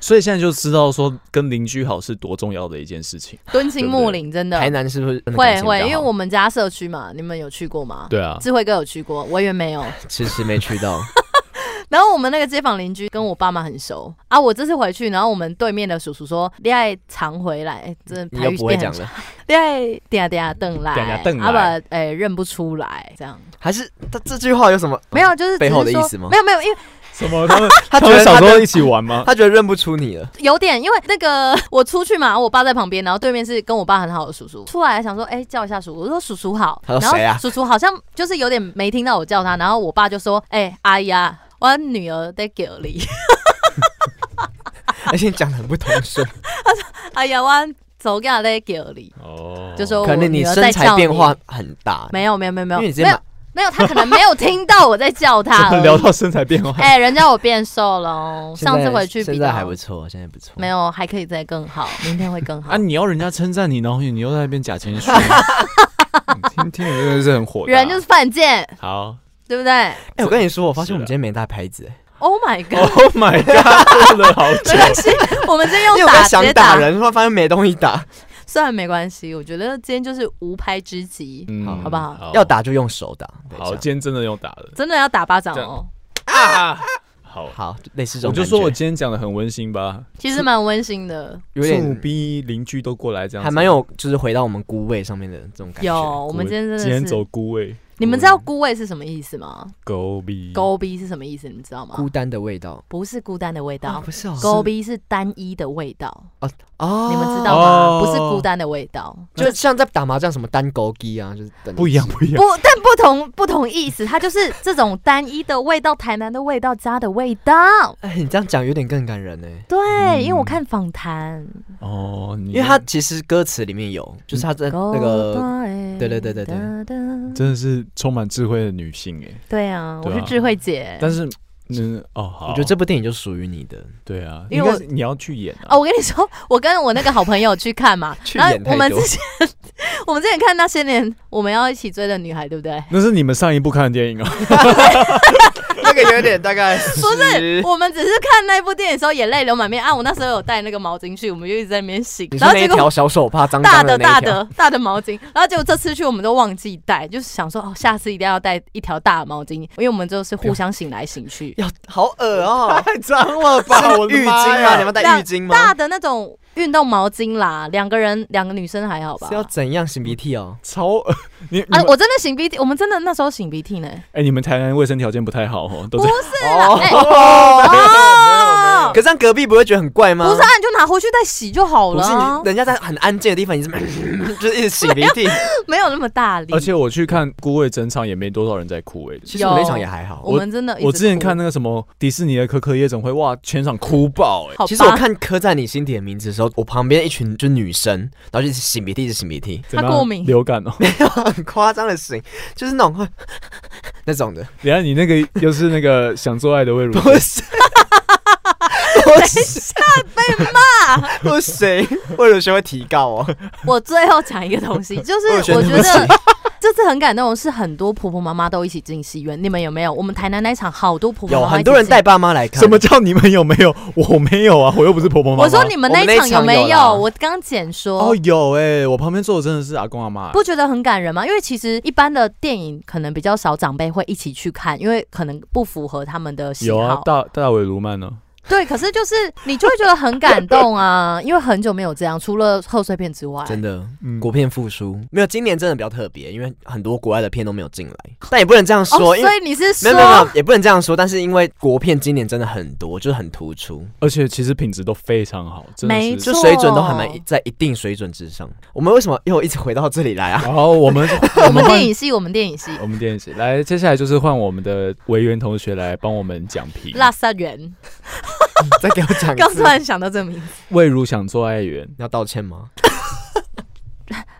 [SPEAKER 2] 所以现在就知道说，跟邻居好是多重要的一件事情。
[SPEAKER 3] 敦亲睦邻，真的
[SPEAKER 4] 台南是不是真的感
[SPEAKER 3] 会
[SPEAKER 4] 情比较好？
[SPEAKER 3] 会，因为我们家社区嘛，你们有去过吗？
[SPEAKER 2] 对啊，
[SPEAKER 3] 智慧哥有去过，我也没有。
[SPEAKER 4] 迟迟没去到，
[SPEAKER 3] 然后我们那个街坊邻居跟我爸妈很熟啊，我这次回去，然后我们对面的叔叔说恋爱常回来，哎真的
[SPEAKER 4] 你
[SPEAKER 3] 台
[SPEAKER 4] 又
[SPEAKER 3] 语
[SPEAKER 4] 不会
[SPEAKER 3] 变很
[SPEAKER 4] 讲
[SPEAKER 3] 差
[SPEAKER 4] 了，
[SPEAKER 3] 对，嗲嗲瞪来，
[SPEAKER 2] 嗲嗲瞪来
[SPEAKER 3] 啊不，哎、认不出来，这样
[SPEAKER 4] 还是他这句话有什么？
[SPEAKER 3] 没有，就是
[SPEAKER 4] 哦背
[SPEAKER 3] 只是
[SPEAKER 4] 后的意
[SPEAKER 3] 说
[SPEAKER 4] 思吗
[SPEAKER 3] 没有没有，因为
[SPEAKER 2] 什么？ 他们
[SPEAKER 4] 他觉得
[SPEAKER 2] 小
[SPEAKER 4] 他
[SPEAKER 2] 时候
[SPEAKER 4] 认
[SPEAKER 2] 一起玩吗？
[SPEAKER 4] 他觉得认不 出你了，
[SPEAKER 3] 有点，因为那个 我出去嘛，我爸在旁边，然后对面是跟我爸很好的叔 叔，出来想说，哎、叫一下叔叔，我说叔叔好，
[SPEAKER 4] 他说
[SPEAKER 3] 然后
[SPEAKER 4] 谁啊
[SPEAKER 3] 叔叔好像就是有点没听到我叫他，然后我爸就说，哎、阿姨啊，我女儿在隔离，
[SPEAKER 4] 而且你讲的很不通顺，
[SPEAKER 3] 哎呀，我走家在隔离，
[SPEAKER 2] 哦
[SPEAKER 3] 就说我
[SPEAKER 4] 可能
[SPEAKER 3] 女儿在
[SPEAKER 4] 身材
[SPEAKER 3] 叫
[SPEAKER 4] 变
[SPEAKER 3] 你
[SPEAKER 4] 化很大，
[SPEAKER 3] 没有没有没有没
[SPEAKER 4] 因
[SPEAKER 3] 有
[SPEAKER 4] 为你直接
[SPEAKER 3] 没
[SPEAKER 4] 买
[SPEAKER 3] 有没有，他可能没有听到我在叫 他而
[SPEAKER 4] 啊
[SPEAKER 2] 真的
[SPEAKER 3] 已。
[SPEAKER 2] 聊到身材变化，
[SPEAKER 3] 哎、人家我变瘦了哦，
[SPEAKER 4] 现在
[SPEAKER 3] 上次回去比
[SPEAKER 4] 现在
[SPEAKER 3] 较
[SPEAKER 4] 还不错，现在不错，
[SPEAKER 3] 没有，还可以再更好，明天会更好。
[SPEAKER 2] 啊！你要人家称赞你，然后你又在那边假谦虚，听听着真的是很火大。
[SPEAKER 3] 人就是犯贱，
[SPEAKER 2] 好
[SPEAKER 3] 对不对
[SPEAKER 4] 哎、我跟你说，我发
[SPEAKER 2] 是
[SPEAKER 4] 现我们
[SPEAKER 2] 啊
[SPEAKER 4] 今天没带牌子、哎
[SPEAKER 3] ？Oh my god！
[SPEAKER 2] ，Oh my God，了好久
[SPEAKER 3] 没。关系，我们今天
[SPEAKER 4] 因为
[SPEAKER 3] 用
[SPEAKER 4] 我
[SPEAKER 3] 打直
[SPEAKER 4] 在
[SPEAKER 3] 接
[SPEAKER 4] 想
[SPEAKER 3] 打
[SPEAKER 4] 打，人，后来发现没东西打，
[SPEAKER 3] 虽然没关系，我觉得今天就是无拍之极，
[SPEAKER 2] 嗯
[SPEAKER 3] 好不好？
[SPEAKER 4] 要打就用手打。对
[SPEAKER 2] 好，
[SPEAKER 4] 这
[SPEAKER 2] 今天真的用打了
[SPEAKER 3] 真的要打巴掌
[SPEAKER 2] 这样
[SPEAKER 3] 哦，
[SPEAKER 2] 啊！ 好
[SPEAKER 4] 样，好，类似这
[SPEAKER 2] 我
[SPEAKER 4] 种感觉，
[SPEAKER 2] 就说我今天讲的很温馨吧，
[SPEAKER 3] 其实蛮温馨的。
[SPEAKER 4] 有
[SPEAKER 2] 树
[SPEAKER 4] 点
[SPEAKER 2] 逼邻居都过来这样子，
[SPEAKER 4] 还蛮有，就是回到我们孤位上面的这种感觉。
[SPEAKER 3] 有，我们今天
[SPEAKER 2] 今
[SPEAKER 3] 真
[SPEAKER 2] 天
[SPEAKER 3] 的是
[SPEAKER 2] 走，孤位，
[SPEAKER 3] 你们知道孤位是什么意思吗？
[SPEAKER 2] 狗逼
[SPEAKER 3] 勾逼是什么意思？你们知道吗？
[SPEAKER 4] 孤单的味道。
[SPEAKER 3] 不是孤单的味
[SPEAKER 4] 啊，
[SPEAKER 3] 道，
[SPEAKER 4] 不是哦，
[SPEAKER 3] 勾逼是单一的味道，
[SPEAKER 4] 哦，
[SPEAKER 3] 你们知道吗？
[SPEAKER 2] 哦
[SPEAKER 3] 不是孤单的味道，
[SPEAKER 4] 就像在打麻将什么单勾机啊，就是等
[SPEAKER 2] 不一样，。不一样。
[SPEAKER 3] 不，但不同不同意思，它就是这种单一的味道，台南的味道，家的味道。
[SPEAKER 4] 哎，你这样讲有点更感人欸呢，
[SPEAKER 3] 对，
[SPEAKER 2] 嗯
[SPEAKER 3] 因为我看访谈，
[SPEAKER 2] 哦，你
[SPEAKER 4] 因为它其实歌词里面有，就是它在
[SPEAKER 3] 嗯
[SPEAKER 4] 那
[SPEAKER 2] 嗯
[SPEAKER 4] 个，对对对对对
[SPEAKER 3] 对，
[SPEAKER 2] 真的是充满智慧的女性哎，
[SPEAKER 3] 对啊，我
[SPEAKER 2] 对啊
[SPEAKER 3] 是智慧姐。
[SPEAKER 2] 但是嗯哦好，
[SPEAKER 4] 我觉得这部电影就属于你的。
[SPEAKER 2] 对啊，
[SPEAKER 3] 因
[SPEAKER 2] 因
[SPEAKER 3] 为我
[SPEAKER 2] 为你要去演啊
[SPEAKER 3] 哦，，我跟你说，我跟我那个好朋友去看嘛
[SPEAKER 4] ，去
[SPEAKER 3] 然
[SPEAKER 4] 演
[SPEAKER 3] 后我们
[SPEAKER 4] 太多
[SPEAKER 3] 之前，我们之前看那些年我们要一起追的女孩，对不对？
[SPEAKER 2] 那是你们上一部看的电影 啊，，
[SPEAKER 4] 那个有点大概不
[SPEAKER 3] 不是，我们只是看那部电影的时候也泪流满面啊！我那时候有带那个毛巾去，我们就一直在那边洗，
[SPEAKER 4] 你
[SPEAKER 3] 然
[SPEAKER 4] 说
[SPEAKER 3] 后
[SPEAKER 4] 那一
[SPEAKER 3] 结果
[SPEAKER 4] 条小手帕脏
[SPEAKER 3] 大
[SPEAKER 4] 脏
[SPEAKER 3] 的
[SPEAKER 4] 那一
[SPEAKER 3] 大
[SPEAKER 4] 条
[SPEAKER 3] 的大的毛巾，然后结果这次去我们都忘记带，就是想说哦，下次一定要带一条大的毛巾，因为我们就是互相醒来醒去。
[SPEAKER 4] 要好恶哦
[SPEAKER 2] 太脏了吧
[SPEAKER 4] 是浴巾吗？你们带浴巾
[SPEAKER 3] 大
[SPEAKER 4] 吗？
[SPEAKER 3] 的那种运动毛巾啦，两个人两个女生还好吧
[SPEAKER 4] 是？要怎样擤鼻涕哦？
[SPEAKER 2] 超 你你
[SPEAKER 3] 啊，
[SPEAKER 2] 们
[SPEAKER 3] 我真的擤鼻涕，我们真的那时候擤鼻涕呢。
[SPEAKER 2] 哎，你们台南卫生条件不太好哦，都在
[SPEAKER 4] 哦
[SPEAKER 3] 哎
[SPEAKER 4] 哦
[SPEAKER 3] 哦
[SPEAKER 4] 可是这样隔壁不会觉得很怪吗？
[SPEAKER 3] 不是啊，你就拿回去再洗就好
[SPEAKER 4] 不
[SPEAKER 3] 了
[SPEAKER 4] 是
[SPEAKER 3] 啊
[SPEAKER 4] 你，，人家在很安静的地方，你是就是一 直擤鼻 涕。
[SPEAKER 3] 没有那么大力。
[SPEAKER 2] 而且我去看《孤味》整场也没多少人在哭哎。
[SPEAKER 4] 其实我那场也还好，
[SPEAKER 3] 我们真的一直
[SPEAKER 2] 我之前
[SPEAKER 3] 哭
[SPEAKER 2] 看那个什么迪士尼的可可夜总会，哇，全场哭爆哎、
[SPEAKER 3] 好吧
[SPEAKER 4] 其实我看刻在你心底的名字的时候，我旁边一群就女生，然后就一直擤鼻涕，一直擤鼻涕，
[SPEAKER 2] 怎么
[SPEAKER 3] 他
[SPEAKER 2] 样
[SPEAKER 3] 过敏
[SPEAKER 2] 流感哦、
[SPEAKER 4] 很夸张的擤， 就是那种 会那种的，
[SPEAKER 2] 等一下你那个又是那个想做爱的魏如萱
[SPEAKER 4] 不是， 被骂，我谁为了学会提告哦？
[SPEAKER 3] 我最后讲一个东西，就是
[SPEAKER 4] 我选
[SPEAKER 3] 我觉
[SPEAKER 4] 对不
[SPEAKER 3] 得这次很感动的是，很多婆婆妈妈都一起进戏院。你们有没有？我们台南那一场，好多婆婆
[SPEAKER 4] 有
[SPEAKER 3] 妈妈一
[SPEAKER 4] 很
[SPEAKER 3] 起
[SPEAKER 4] 多人
[SPEAKER 3] 进
[SPEAKER 4] 带。爸妈来看，
[SPEAKER 2] 什么叫你 们有没有？我没有啊，我又不是婆婆妈妈。
[SPEAKER 3] 我说你们
[SPEAKER 4] 我们
[SPEAKER 3] 一
[SPEAKER 4] 那一
[SPEAKER 3] 场有
[SPEAKER 4] 场
[SPEAKER 3] 没
[SPEAKER 4] 有啦
[SPEAKER 3] 我刚简说，
[SPEAKER 4] 啊
[SPEAKER 2] 哦，有哎、我旁边坐的真的是阿公阿妈、
[SPEAKER 3] 不觉得很感人吗？因为其实一般的电影可能比较少长辈会一起去看，因为可能不符合他们的喜
[SPEAKER 2] 有啊
[SPEAKER 3] 好，。
[SPEAKER 2] 大大伟卢曼呢？
[SPEAKER 3] 对，可是就是你就会觉得很感动啊， 因为很久没有这样，除了贺岁片之外，
[SPEAKER 4] 真的。
[SPEAKER 2] 嗯，
[SPEAKER 4] 国片复苏没有，今年真的比较特别，因为很多国外的片都没有进来， 但也不能这样
[SPEAKER 3] 哦，
[SPEAKER 4] 说，
[SPEAKER 3] 所
[SPEAKER 4] 因为
[SPEAKER 3] 以你是说
[SPEAKER 4] 没有没有没有，也不能这样说，但是因为国片今年真的很多，就是很突出，
[SPEAKER 2] 而且其实品质都非常好，真的
[SPEAKER 3] 没
[SPEAKER 2] 是。
[SPEAKER 3] 错
[SPEAKER 4] 就水准都还蛮在一定水准之上。我们为什么又一直回到这里来 啊？
[SPEAKER 2] 然后我 们
[SPEAKER 3] 我们电影系，我们电影系，
[SPEAKER 4] 哦
[SPEAKER 2] 我们电视来，接下来就是换我们的维园同学来帮我们讲评。
[SPEAKER 3] 拉萨 人，
[SPEAKER 4] 再给我讲
[SPEAKER 3] 刚
[SPEAKER 4] 一
[SPEAKER 3] 突
[SPEAKER 4] 次，
[SPEAKER 3] 然想到这个名 字。
[SPEAKER 2] 魏如想做爱媛，
[SPEAKER 4] 要道歉吗？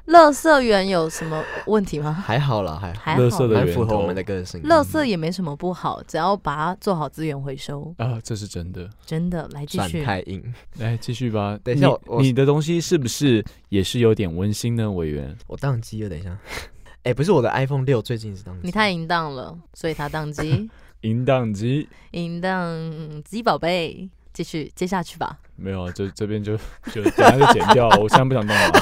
[SPEAKER 3] 乐色园有什么问题吗？
[SPEAKER 4] 还好啦，还好，
[SPEAKER 3] 还
[SPEAKER 2] 垃
[SPEAKER 3] 好
[SPEAKER 2] 圾的
[SPEAKER 3] 吧，
[SPEAKER 4] 蛮
[SPEAKER 2] 源
[SPEAKER 4] 符合
[SPEAKER 2] 头
[SPEAKER 4] 我们的个性。
[SPEAKER 3] 乐色也没什么不好，只要把它做好资源回收，
[SPEAKER 2] 啊，这是真的。
[SPEAKER 3] 真的来继
[SPEAKER 4] 算
[SPEAKER 3] 续。
[SPEAKER 4] 太硬，
[SPEAKER 2] 来继续吧。
[SPEAKER 4] 等一下
[SPEAKER 2] 你
[SPEAKER 4] 我我
[SPEAKER 2] 你的东西是不是也是有点温馨呢？委员，
[SPEAKER 4] 我宕机了。等一下， 哎、不是我的 iPhone 六最近是宕机，
[SPEAKER 3] 你太淫荡了，所以他宕机。
[SPEAKER 2] 淫荡机
[SPEAKER 3] 淫荡鸡宝贝，继续接下去 吧。
[SPEAKER 2] 没有啊，就这边就就等下就剪掉。我现在不想动了。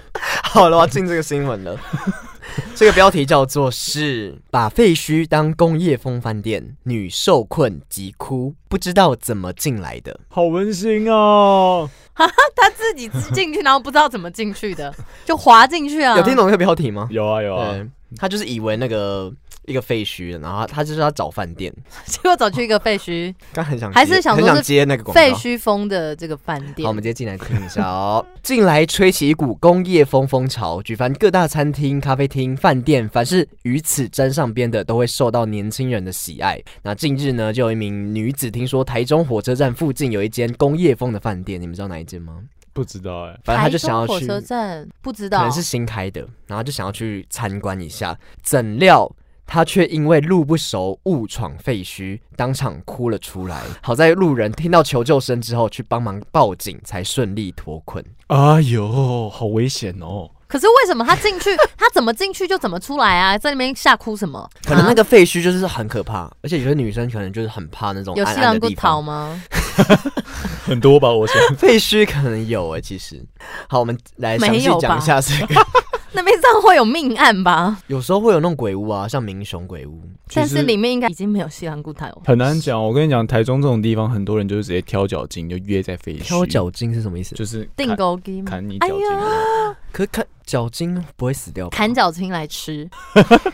[SPEAKER 4] 好了，我要进这个新闻了。 这个标题叫做是把废墟当工业风帆店，女受困急哭，不知道怎么进来的。
[SPEAKER 2] 好温馨哦！
[SPEAKER 3] 他自己进去，然后不知道怎么进去的，就滑进去啊。
[SPEAKER 4] 有听懂这个标题吗？
[SPEAKER 2] 有啊有啊，
[SPEAKER 4] 对，他就是以为那个一个废墟，然后他他就是要找饭店，
[SPEAKER 3] 结果走去一个废墟，
[SPEAKER 4] 刚很想接
[SPEAKER 3] 还是想说
[SPEAKER 4] 很
[SPEAKER 3] 是
[SPEAKER 4] 想接那个广告
[SPEAKER 3] 废。墟风的这个饭
[SPEAKER 4] 好，我
[SPEAKER 3] 店
[SPEAKER 4] 们。直接进来听一下哦。 近来吹起一股工业风风潮，举凡各大餐厅、咖啡厅、饭店，凡是与此沾上边的，都会受到年轻人的喜爱。那近日呢，就有一名女子听说台中火车站附近有一间工业风的饭店，你们知道哪一间吗？
[SPEAKER 2] 不知道哎、
[SPEAKER 4] 反正她就想
[SPEAKER 3] 台
[SPEAKER 4] 要
[SPEAKER 3] 中
[SPEAKER 4] 去，
[SPEAKER 3] 火车站，不知
[SPEAKER 4] 可
[SPEAKER 3] 道
[SPEAKER 4] 能是新开的，然后就想要去参观一下。怎料他却因为路不熟误闯废墟，当场哭了出来。好在路人听到求救声之后去帮忙报警，才顺利脱困。
[SPEAKER 2] 哎呦，好危险哦！
[SPEAKER 3] 可是为什么他进去，他怎么进去就怎么出来啊？在那边吓哭什么？
[SPEAKER 4] 可能那
[SPEAKER 3] 啊
[SPEAKER 4] 个废墟就是很可怕，而且有些女生可能就是很怕那种
[SPEAKER 3] 有
[SPEAKER 4] 暗
[SPEAKER 3] 西
[SPEAKER 4] 暗
[SPEAKER 3] 兰
[SPEAKER 4] 的
[SPEAKER 3] 骨
[SPEAKER 4] 地
[SPEAKER 3] 桃
[SPEAKER 4] 方。
[SPEAKER 3] 吗？
[SPEAKER 2] 很多吧，我想。
[SPEAKER 4] 废墟可能有哎、其实。好，我们来详
[SPEAKER 3] 没
[SPEAKER 4] 细
[SPEAKER 3] 有吧
[SPEAKER 4] 讲一下这个。
[SPEAKER 3] 那边这样会有命案吧？
[SPEAKER 4] 有时候会有那种鬼屋啊，像民雄鬼屋，
[SPEAKER 3] 但
[SPEAKER 2] 其
[SPEAKER 3] 是
[SPEAKER 2] 实
[SPEAKER 3] 里面应该已经没有西兰哦骨桃。
[SPEAKER 2] 很难讲，我跟你讲，台中这种地方，很多人就是直接挑脚筋，就约在废墟。
[SPEAKER 4] 挑脚筋是什么意思？
[SPEAKER 2] 就是
[SPEAKER 3] 定
[SPEAKER 2] 砍
[SPEAKER 3] 钩鸡吗？
[SPEAKER 2] 砍你
[SPEAKER 3] 哎
[SPEAKER 2] 脚筋。
[SPEAKER 3] 呀，
[SPEAKER 4] 可看脚筋不会死掉吧？
[SPEAKER 3] 砍脚筋来 吃，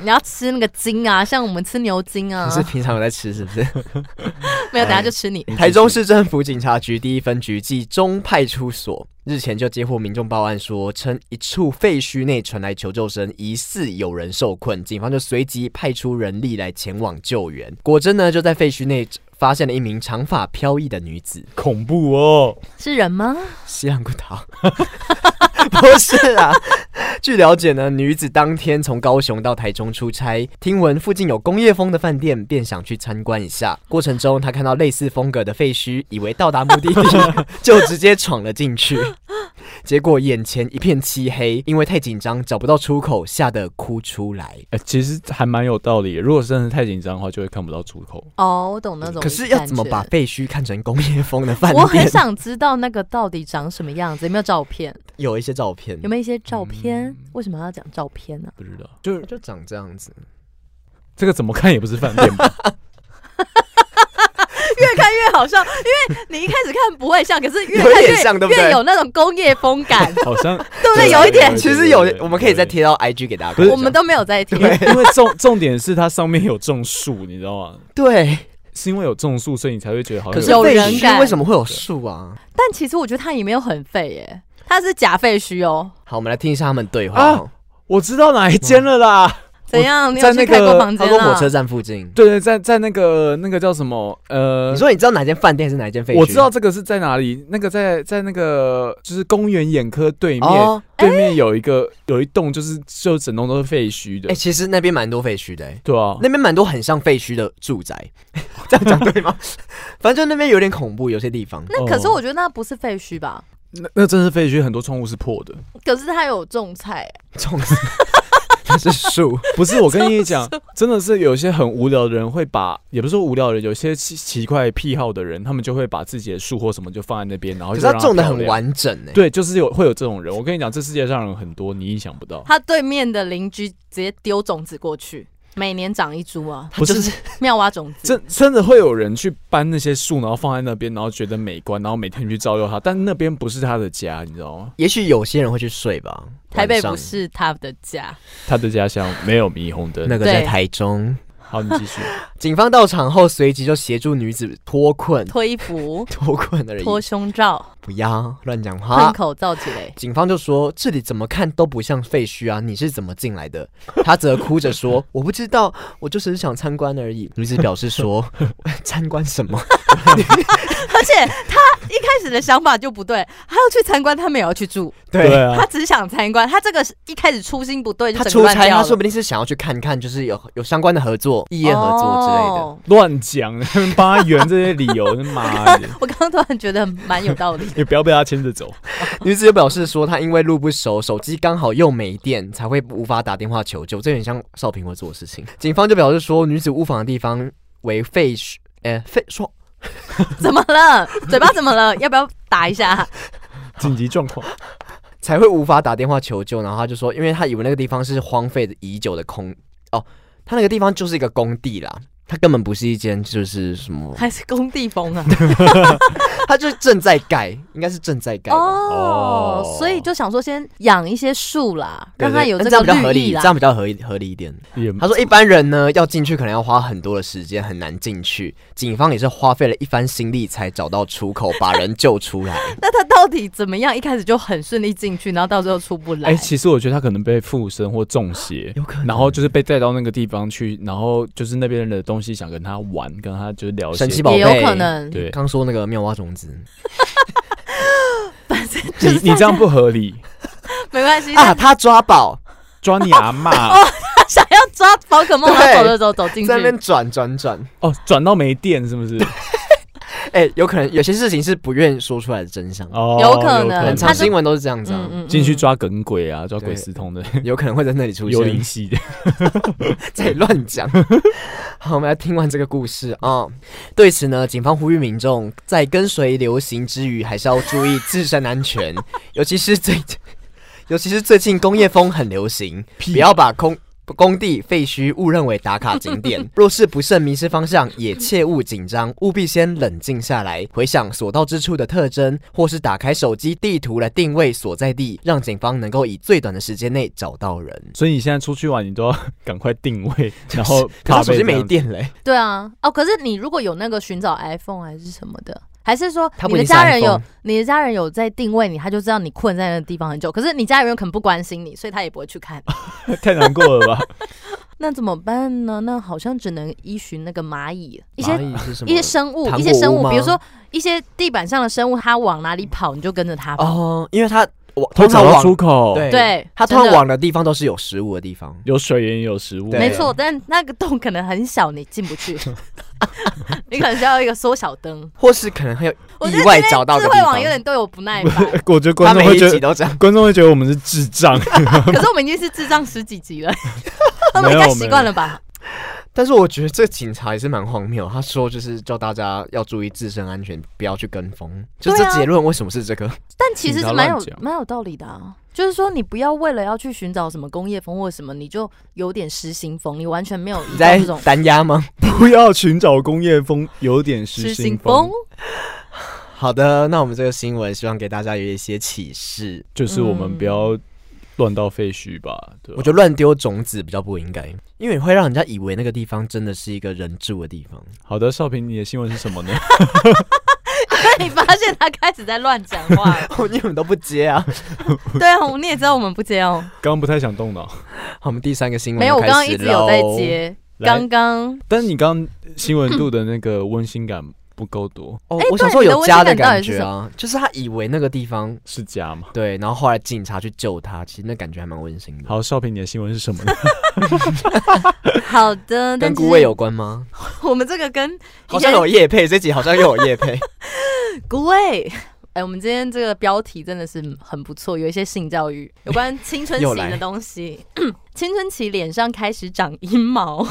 [SPEAKER 3] 你要吃那个筋啊，像我们吃牛筋啊
[SPEAKER 4] 你，是哎平常有在吃是不是？
[SPEAKER 3] 没有，等下就吃你。
[SPEAKER 4] 台中市政府警察局第一分局暨中派出所日前就接获民众报案说，称一处废墟内传来求救声，疑似有人受困，警方就随即派出人力来前往救援。果真呢，就在废墟内发现了一名长发飘逸的女子，
[SPEAKER 2] 恐怖哦！
[SPEAKER 3] 是人吗？
[SPEAKER 4] 西兰骨桃，不是啊。据了解呢，女子当天从高雄到台中出差，听闻附近有工业风的饭店，便想去参观一下。过程中，她看到类似风格的废墟，以为到达目的地，就直接闯了进去。结果眼前一片漆黑，因为太紧张找不到出口，吓得哭出来。
[SPEAKER 2] 哎、其实还蛮有道理的。如果真的太紧张的话，就会看不到出口。
[SPEAKER 3] 哦，我懂那种。
[SPEAKER 4] 可是要怎么把？废墟看成工业风的饭
[SPEAKER 3] 我很
[SPEAKER 4] 店？
[SPEAKER 3] 想知道那个到底长什么样子，有没有照片？
[SPEAKER 4] 有一些照片，
[SPEAKER 3] 有没有一些照片？
[SPEAKER 4] 嗯
[SPEAKER 3] 为什么要讲照片呢、
[SPEAKER 2] 不知道
[SPEAKER 4] 就就长这样子？
[SPEAKER 2] 这个怎么看也不是饭店 吧？
[SPEAKER 3] 越看越好笑，因为你一开始看不会像，可是越
[SPEAKER 4] 有一
[SPEAKER 3] 看
[SPEAKER 4] 点
[SPEAKER 3] 越
[SPEAKER 4] 像对不对
[SPEAKER 3] 越有那种工业风 感，
[SPEAKER 2] 好像
[SPEAKER 3] 对不对？有一点，
[SPEAKER 4] 其实有
[SPEAKER 2] 对对，对
[SPEAKER 4] 我们可以再贴到 IG 给大家
[SPEAKER 2] 不是
[SPEAKER 4] 看。
[SPEAKER 3] 我们都没有在听。
[SPEAKER 2] 因为因为重重点是它上面有种树，你知道吗？
[SPEAKER 4] 对，
[SPEAKER 2] 是因为有种树，所以你才会觉得好
[SPEAKER 4] 可
[SPEAKER 2] 像
[SPEAKER 4] 是
[SPEAKER 3] 有
[SPEAKER 4] 废
[SPEAKER 3] 人
[SPEAKER 4] 墟
[SPEAKER 3] 感
[SPEAKER 4] 为什么会有树啊？
[SPEAKER 3] 但其实我觉得他也没有很废耶，他是假废墟哦。
[SPEAKER 4] 好，我们来听一下他们对话
[SPEAKER 2] 啊
[SPEAKER 4] 哦。
[SPEAKER 2] 我知道哪一间了啦。
[SPEAKER 3] 怎样？你有
[SPEAKER 2] 在
[SPEAKER 3] 去
[SPEAKER 2] 那
[SPEAKER 3] 开过
[SPEAKER 2] 个
[SPEAKER 3] 房
[SPEAKER 4] 他
[SPEAKER 3] 间啊
[SPEAKER 4] 说
[SPEAKER 3] 啦？
[SPEAKER 4] 火车站附近，
[SPEAKER 2] 对对，在在那个那个叫什么呃
[SPEAKER 4] 你，说你知道哪间饭店是哪间废墟？
[SPEAKER 2] 我知道这个是在哪里，那个在在那个就是公园眼科对面，
[SPEAKER 4] 哦。
[SPEAKER 2] 对面有一个、有一栋就是就整栋都是废墟的，
[SPEAKER 4] 哎，其实那边蛮多废墟的，哎
[SPEAKER 2] 对啊，
[SPEAKER 4] 那边蛮多很像废墟的住宅。 这样讲对吗？ 反正就那边有点恐怖，有些地方。
[SPEAKER 3] 那可是我觉得那不是废墟吧？
[SPEAKER 2] 那那真是废墟，很多窗户是破的。
[SPEAKER 3] 可是它有种菜、
[SPEAKER 4] 种 子，它是树，
[SPEAKER 2] 不是，我跟你讲，真的是有些很无聊的人会把，也不是说无聊的人，有些奇奇怪癖好的人，他们就会把自己的树或什么就放在那边，然后
[SPEAKER 4] 可
[SPEAKER 2] 就是
[SPEAKER 4] 它
[SPEAKER 2] 让
[SPEAKER 4] 种的
[SPEAKER 2] 漂
[SPEAKER 4] 很
[SPEAKER 2] 亮。
[SPEAKER 4] 完整哎、
[SPEAKER 2] 对，就是有会有这种人。我跟你讲，这世界上人很多，你意想不到。
[SPEAKER 3] 他对面的邻居直接丢种子过去，每年长一株 啊，
[SPEAKER 2] 不是，
[SPEAKER 3] 妙蛙种子。
[SPEAKER 2] 真 真的会有人去搬那些树，然后放在那边，然后觉得美观，然后每天去照料它。但那边不是他的家，你知道 吗？
[SPEAKER 4] 也许有些人会去睡吧。
[SPEAKER 3] 台北
[SPEAKER 4] 晚上
[SPEAKER 3] 不是他的家，
[SPEAKER 2] 他的家乡没有霓虹灯。
[SPEAKER 4] 那个
[SPEAKER 3] 对
[SPEAKER 4] 在台中。
[SPEAKER 2] 好，你继续。
[SPEAKER 4] 警方到场后，随即就协助女子脱困，、
[SPEAKER 3] 脱衣服
[SPEAKER 4] 脱困而已。
[SPEAKER 3] 脱胸罩、
[SPEAKER 4] 不要乱讲
[SPEAKER 3] 喷
[SPEAKER 4] 话。
[SPEAKER 3] 口罩起 来。
[SPEAKER 4] 警方就说：“这里怎么看都不像废墟啊！你是怎么进来的？”他则哭着 说：“我不知道，我就只是想参观而已。”女子表示说：“ 参观什 么？
[SPEAKER 3] 而且他一开始的想法就不对，他要去参观，他没有要去住，
[SPEAKER 2] 对啊
[SPEAKER 3] 他，只想参观。他这个是一开始初心不对，就
[SPEAKER 4] 他
[SPEAKER 3] 整个
[SPEAKER 4] 出
[SPEAKER 3] 乱
[SPEAKER 4] 差，
[SPEAKER 3] 掉
[SPEAKER 4] 他
[SPEAKER 3] 了
[SPEAKER 4] 说不定是想要去看看，就是有有相关的合作、异业合作之类的。
[SPEAKER 3] 哦
[SPEAKER 2] 乱讲， 帮他圆这些理由，妈的，，
[SPEAKER 3] 我刚刚突然觉得蛮有道理
[SPEAKER 2] 也不要被他牵着走。
[SPEAKER 4] 女子就表示说，她因为路不熟，手机刚好又没电，才会无法打电话求救。这有点像少平会做的事情。警方就表示说，女子误访的地方为废墟，呃，废说
[SPEAKER 3] 怎么了？嘴巴怎么了？ 要不要打一下？
[SPEAKER 2] 紧急状况，
[SPEAKER 4] 才会无法打电话求救。然后她就说，因为她以为那个地方是荒废的已久的空，哦，她那个地方就是一个工地啦。它根本不是一间，就是什么，
[SPEAKER 3] 还是工地风 啊？
[SPEAKER 4] 它就是正在盖，应该是正在盖吧。
[SPEAKER 3] 哦
[SPEAKER 2] 哦，
[SPEAKER 3] 所以就想说先养一些树啦，
[SPEAKER 4] 对
[SPEAKER 3] 让它有
[SPEAKER 4] 对
[SPEAKER 3] 这
[SPEAKER 4] 样
[SPEAKER 3] 个
[SPEAKER 4] 比较合
[SPEAKER 3] 绿
[SPEAKER 4] 理，
[SPEAKER 3] 意
[SPEAKER 4] 这
[SPEAKER 3] 啦。
[SPEAKER 4] 样比较合理合理一点。
[SPEAKER 2] 也
[SPEAKER 4] 他说一般人呢要进去可能要花很多的时间，很难进去。警方也是花费了一番心力才找到出口，把人救出来。
[SPEAKER 3] 那他到底怎么样？一开始就很顺利进去，然后到最后出不来。
[SPEAKER 2] 哎、其实我觉得他可能被附身或中邪，
[SPEAKER 4] 有可能
[SPEAKER 2] 然后就是被带到那个地方去，然后就是那边的东西想跟他玩，跟他就是聊些
[SPEAKER 4] 神奇宝嗯
[SPEAKER 3] 也
[SPEAKER 4] 贝
[SPEAKER 3] 有可能，
[SPEAKER 2] 对，
[SPEAKER 4] 刚说那个妙蛙 种子
[SPEAKER 2] 你你这样不合理，
[SPEAKER 3] 没关系。
[SPEAKER 4] 啊，
[SPEAKER 3] 他
[SPEAKER 4] 他抓宝
[SPEAKER 2] 抓你阿妈
[SPEAKER 4] 哦
[SPEAKER 3] 想要抓宝可梦，他
[SPEAKER 4] 对
[SPEAKER 3] 走着走走进去嗯
[SPEAKER 4] 在那，边转转转。
[SPEAKER 2] 哦，转到没电是不 是？
[SPEAKER 4] 哎、有可能有些事情是不愿说出来的真相，
[SPEAKER 2] 哦，
[SPEAKER 3] 有可能
[SPEAKER 4] 很
[SPEAKER 3] 他
[SPEAKER 4] 长
[SPEAKER 3] 就
[SPEAKER 4] 新闻都是这样子、啊
[SPEAKER 3] 嗯，嗯
[SPEAKER 2] 进去
[SPEAKER 3] 嗯
[SPEAKER 2] 抓梗鬼啊，抓鬼
[SPEAKER 4] 对
[SPEAKER 2] 私通的
[SPEAKER 4] 有可能会在那里出
[SPEAKER 2] 幽灵
[SPEAKER 4] 现。
[SPEAKER 2] 系的，
[SPEAKER 4] 在乱讲。好，我们来听完这个故事啊、对此呢，警方呼吁民众在跟随流行之余，还是要注意自身 安全，尤其是最，尤其是最近工业风很流行，
[SPEAKER 2] 屁
[SPEAKER 4] 不要把空。工地废墟误认为打卡 景点，若是不慎迷失方向，也切勿紧张，务必先冷静下来，回想所到之处的特征，或是打开手机地图来定位所在地，让警方能够以最短的时间内找到人。
[SPEAKER 2] 所以你现在出去玩，你都要赶快定 位，然后
[SPEAKER 4] 可
[SPEAKER 2] 怕
[SPEAKER 4] 他手
[SPEAKER 2] 被
[SPEAKER 4] 机
[SPEAKER 2] 这样
[SPEAKER 4] 没
[SPEAKER 2] 子
[SPEAKER 4] 电嘞、
[SPEAKER 3] 对啊，哦，可是你如果有那个寻找 iPhone 还是什么的，还是说
[SPEAKER 4] 他
[SPEAKER 3] 你
[SPEAKER 4] 不
[SPEAKER 3] 的
[SPEAKER 4] 一定是
[SPEAKER 3] 家人有
[SPEAKER 4] iPhone
[SPEAKER 3] 你的家人有在定位你，他就知道你困在那个地方很久。可是你家人有可能不关心你，所以他也不会去看。
[SPEAKER 2] 太难过了吧？
[SPEAKER 3] 那怎么办呢？那好像只能依循那个蚂蚁一些
[SPEAKER 4] 蚂蚁是什么
[SPEAKER 3] 一些生物，
[SPEAKER 4] 糖
[SPEAKER 3] 一
[SPEAKER 4] 果
[SPEAKER 3] 些生
[SPEAKER 4] 屋
[SPEAKER 3] 物，
[SPEAKER 4] 吗
[SPEAKER 3] 比如说一些地板上的生物，它往哪里跑，你就跟着它跑。
[SPEAKER 4] 哦，因为它我
[SPEAKER 2] 会
[SPEAKER 4] 通
[SPEAKER 2] 找
[SPEAKER 4] 常
[SPEAKER 2] 到
[SPEAKER 4] 往
[SPEAKER 2] 出口，，
[SPEAKER 4] 对
[SPEAKER 3] 对
[SPEAKER 4] 它通
[SPEAKER 3] 真
[SPEAKER 4] 常
[SPEAKER 3] 的
[SPEAKER 4] 往的地方都是有食物的地方。
[SPEAKER 2] 有水也有食物，
[SPEAKER 4] 对
[SPEAKER 3] 没错，但那个洞可能很小，你进不 去，你可能需要一个缩小灯。
[SPEAKER 4] 或是可能还有
[SPEAKER 3] 我觉
[SPEAKER 4] 意
[SPEAKER 3] 得
[SPEAKER 4] 外
[SPEAKER 3] 今天
[SPEAKER 4] 找到
[SPEAKER 3] 智
[SPEAKER 4] 的
[SPEAKER 3] 慧
[SPEAKER 4] 地
[SPEAKER 3] 网
[SPEAKER 4] 方
[SPEAKER 3] 有。点对我不耐烦，
[SPEAKER 2] 我觉得观
[SPEAKER 4] 他
[SPEAKER 2] 众
[SPEAKER 4] 每
[SPEAKER 2] 会
[SPEAKER 4] 一
[SPEAKER 2] 觉
[SPEAKER 4] 集
[SPEAKER 2] 得
[SPEAKER 4] 都这样，
[SPEAKER 2] 观众会觉得我们是智 障，
[SPEAKER 3] 可是我们已经是智障十几集 了，他
[SPEAKER 2] 没有
[SPEAKER 3] 们应该习惯了吧？
[SPEAKER 4] 但是我觉得这警察也是蛮荒谬。他说就是叫大家要注意自身安全，不要去跟风。就
[SPEAKER 3] 对
[SPEAKER 4] 这
[SPEAKER 3] 啊
[SPEAKER 4] 结论为什么是这个？
[SPEAKER 3] 但其实
[SPEAKER 2] 请
[SPEAKER 3] 是
[SPEAKER 2] 他
[SPEAKER 3] 蛮有
[SPEAKER 2] 乱讲
[SPEAKER 3] 蛮有道理的啊。就是说，你不要为了要去寻找什么工业风或什么，你就有点失心疯，你完全没有
[SPEAKER 4] 你
[SPEAKER 3] 依照
[SPEAKER 4] 在
[SPEAKER 3] 这种
[SPEAKER 4] 单压吗？
[SPEAKER 2] 不要寻找工业风，有点失
[SPEAKER 3] 失
[SPEAKER 2] 心
[SPEAKER 3] 心
[SPEAKER 2] 疯
[SPEAKER 3] 疯。。
[SPEAKER 4] 好的，那我们这个新闻希望给大家有一些启示。
[SPEAKER 2] 就是我们
[SPEAKER 3] 嗯
[SPEAKER 2] 不要乱到废墟吧。对吧
[SPEAKER 4] 我觉得乱丢种子比较不应该，因为会让人家以为那个地方真的是一个人住的 地方。
[SPEAKER 2] 好的，少平，你的新闻是什么 呢？
[SPEAKER 3] 你发现他开始在乱讲话 了，
[SPEAKER 4] 因哦为我们都不接啊。
[SPEAKER 3] 对啊，你也知道我们不接哦。
[SPEAKER 2] 刚刚不太想动脑，
[SPEAKER 4] 好，我们第三个新闻
[SPEAKER 3] 没有，我
[SPEAKER 4] 开
[SPEAKER 3] 刚刚
[SPEAKER 4] 始
[SPEAKER 3] 一直有在
[SPEAKER 4] 喽。
[SPEAKER 3] 接。
[SPEAKER 2] 来
[SPEAKER 3] 刚刚
[SPEAKER 2] 但是你刚刚新闻度的那个温馨感不够多，
[SPEAKER 4] 哦
[SPEAKER 3] 哎，
[SPEAKER 4] 我小
[SPEAKER 3] 对
[SPEAKER 4] 时候
[SPEAKER 3] 你的
[SPEAKER 4] 有
[SPEAKER 3] 温
[SPEAKER 4] 家
[SPEAKER 3] 馨
[SPEAKER 4] 的
[SPEAKER 3] 感到
[SPEAKER 4] 感
[SPEAKER 3] 底是
[SPEAKER 4] 觉
[SPEAKER 3] 什
[SPEAKER 4] 啊，就是他以为那个地方
[SPEAKER 2] 是家 吗？
[SPEAKER 4] 对，然后后来警察去救他，其实那感觉还蛮温馨的。
[SPEAKER 2] 好，少平，你的新闻是什么呢？
[SPEAKER 3] 好的，但
[SPEAKER 4] 跟
[SPEAKER 3] 其
[SPEAKER 4] 孤味
[SPEAKER 3] 实
[SPEAKER 4] 有关吗？
[SPEAKER 3] 我们这个跟
[SPEAKER 4] 好像有叶配，这集好像又有叶配。
[SPEAKER 3] 孤味。哎，我们今天这个标题真的是很不错，有一些性教育，有关青春
[SPEAKER 4] 又
[SPEAKER 3] 期
[SPEAKER 4] 来
[SPEAKER 3] 的东西。 青春期脸上开始长阴毛，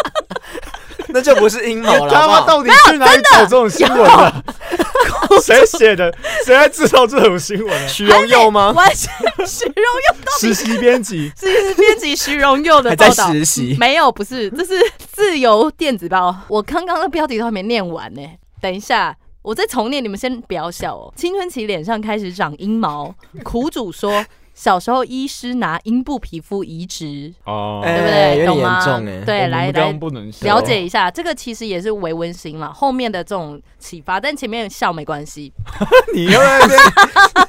[SPEAKER 4] 那就不是阴谋 了，好不好
[SPEAKER 2] 到底去哪里找这种新闻啊？ 谁写的？谁在制造这种新闻 啊？
[SPEAKER 4] 许荣佑吗？
[SPEAKER 3] 完全虚荣佑，
[SPEAKER 2] 实习编 辑
[SPEAKER 3] 是编辑虚荣佑的
[SPEAKER 4] 还
[SPEAKER 3] 报
[SPEAKER 4] 在
[SPEAKER 3] 道。嗯
[SPEAKER 4] 实习，
[SPEAKER 3] 没有，不是，这是自由电子报。 我刚刚的标题都还没念完呢、等一下。我再重念，你们先不要笑哦。青春期脸上开始长阴 毛，苦主说小时候医师拿阴部皮肤移植，
[SPEAKER 2] 哦
[SPEAKER 4] 哎
[SPEAKER 3] 对不
[SPEAKER 4] 哎
[SPEAKER 3] 对？
[SPEAKER 4] 有点
[SPEAKER 3] 懂吗？
[SPEAKER 4] 严重哎
[SPEAKER 3] 对，
[SPEAKER 2] 我
[SPEAKER 3] 来
[SPEAKER 2] 们刚
[SPEAKER 3] 来
[SPEAKER 2] 刚不能笑
[SPEAKER 3] 了解一下，这个其实也是微温馨了，后面的这种启发，但前面笑没关系，
[SPEAKER 2] 你又在那边。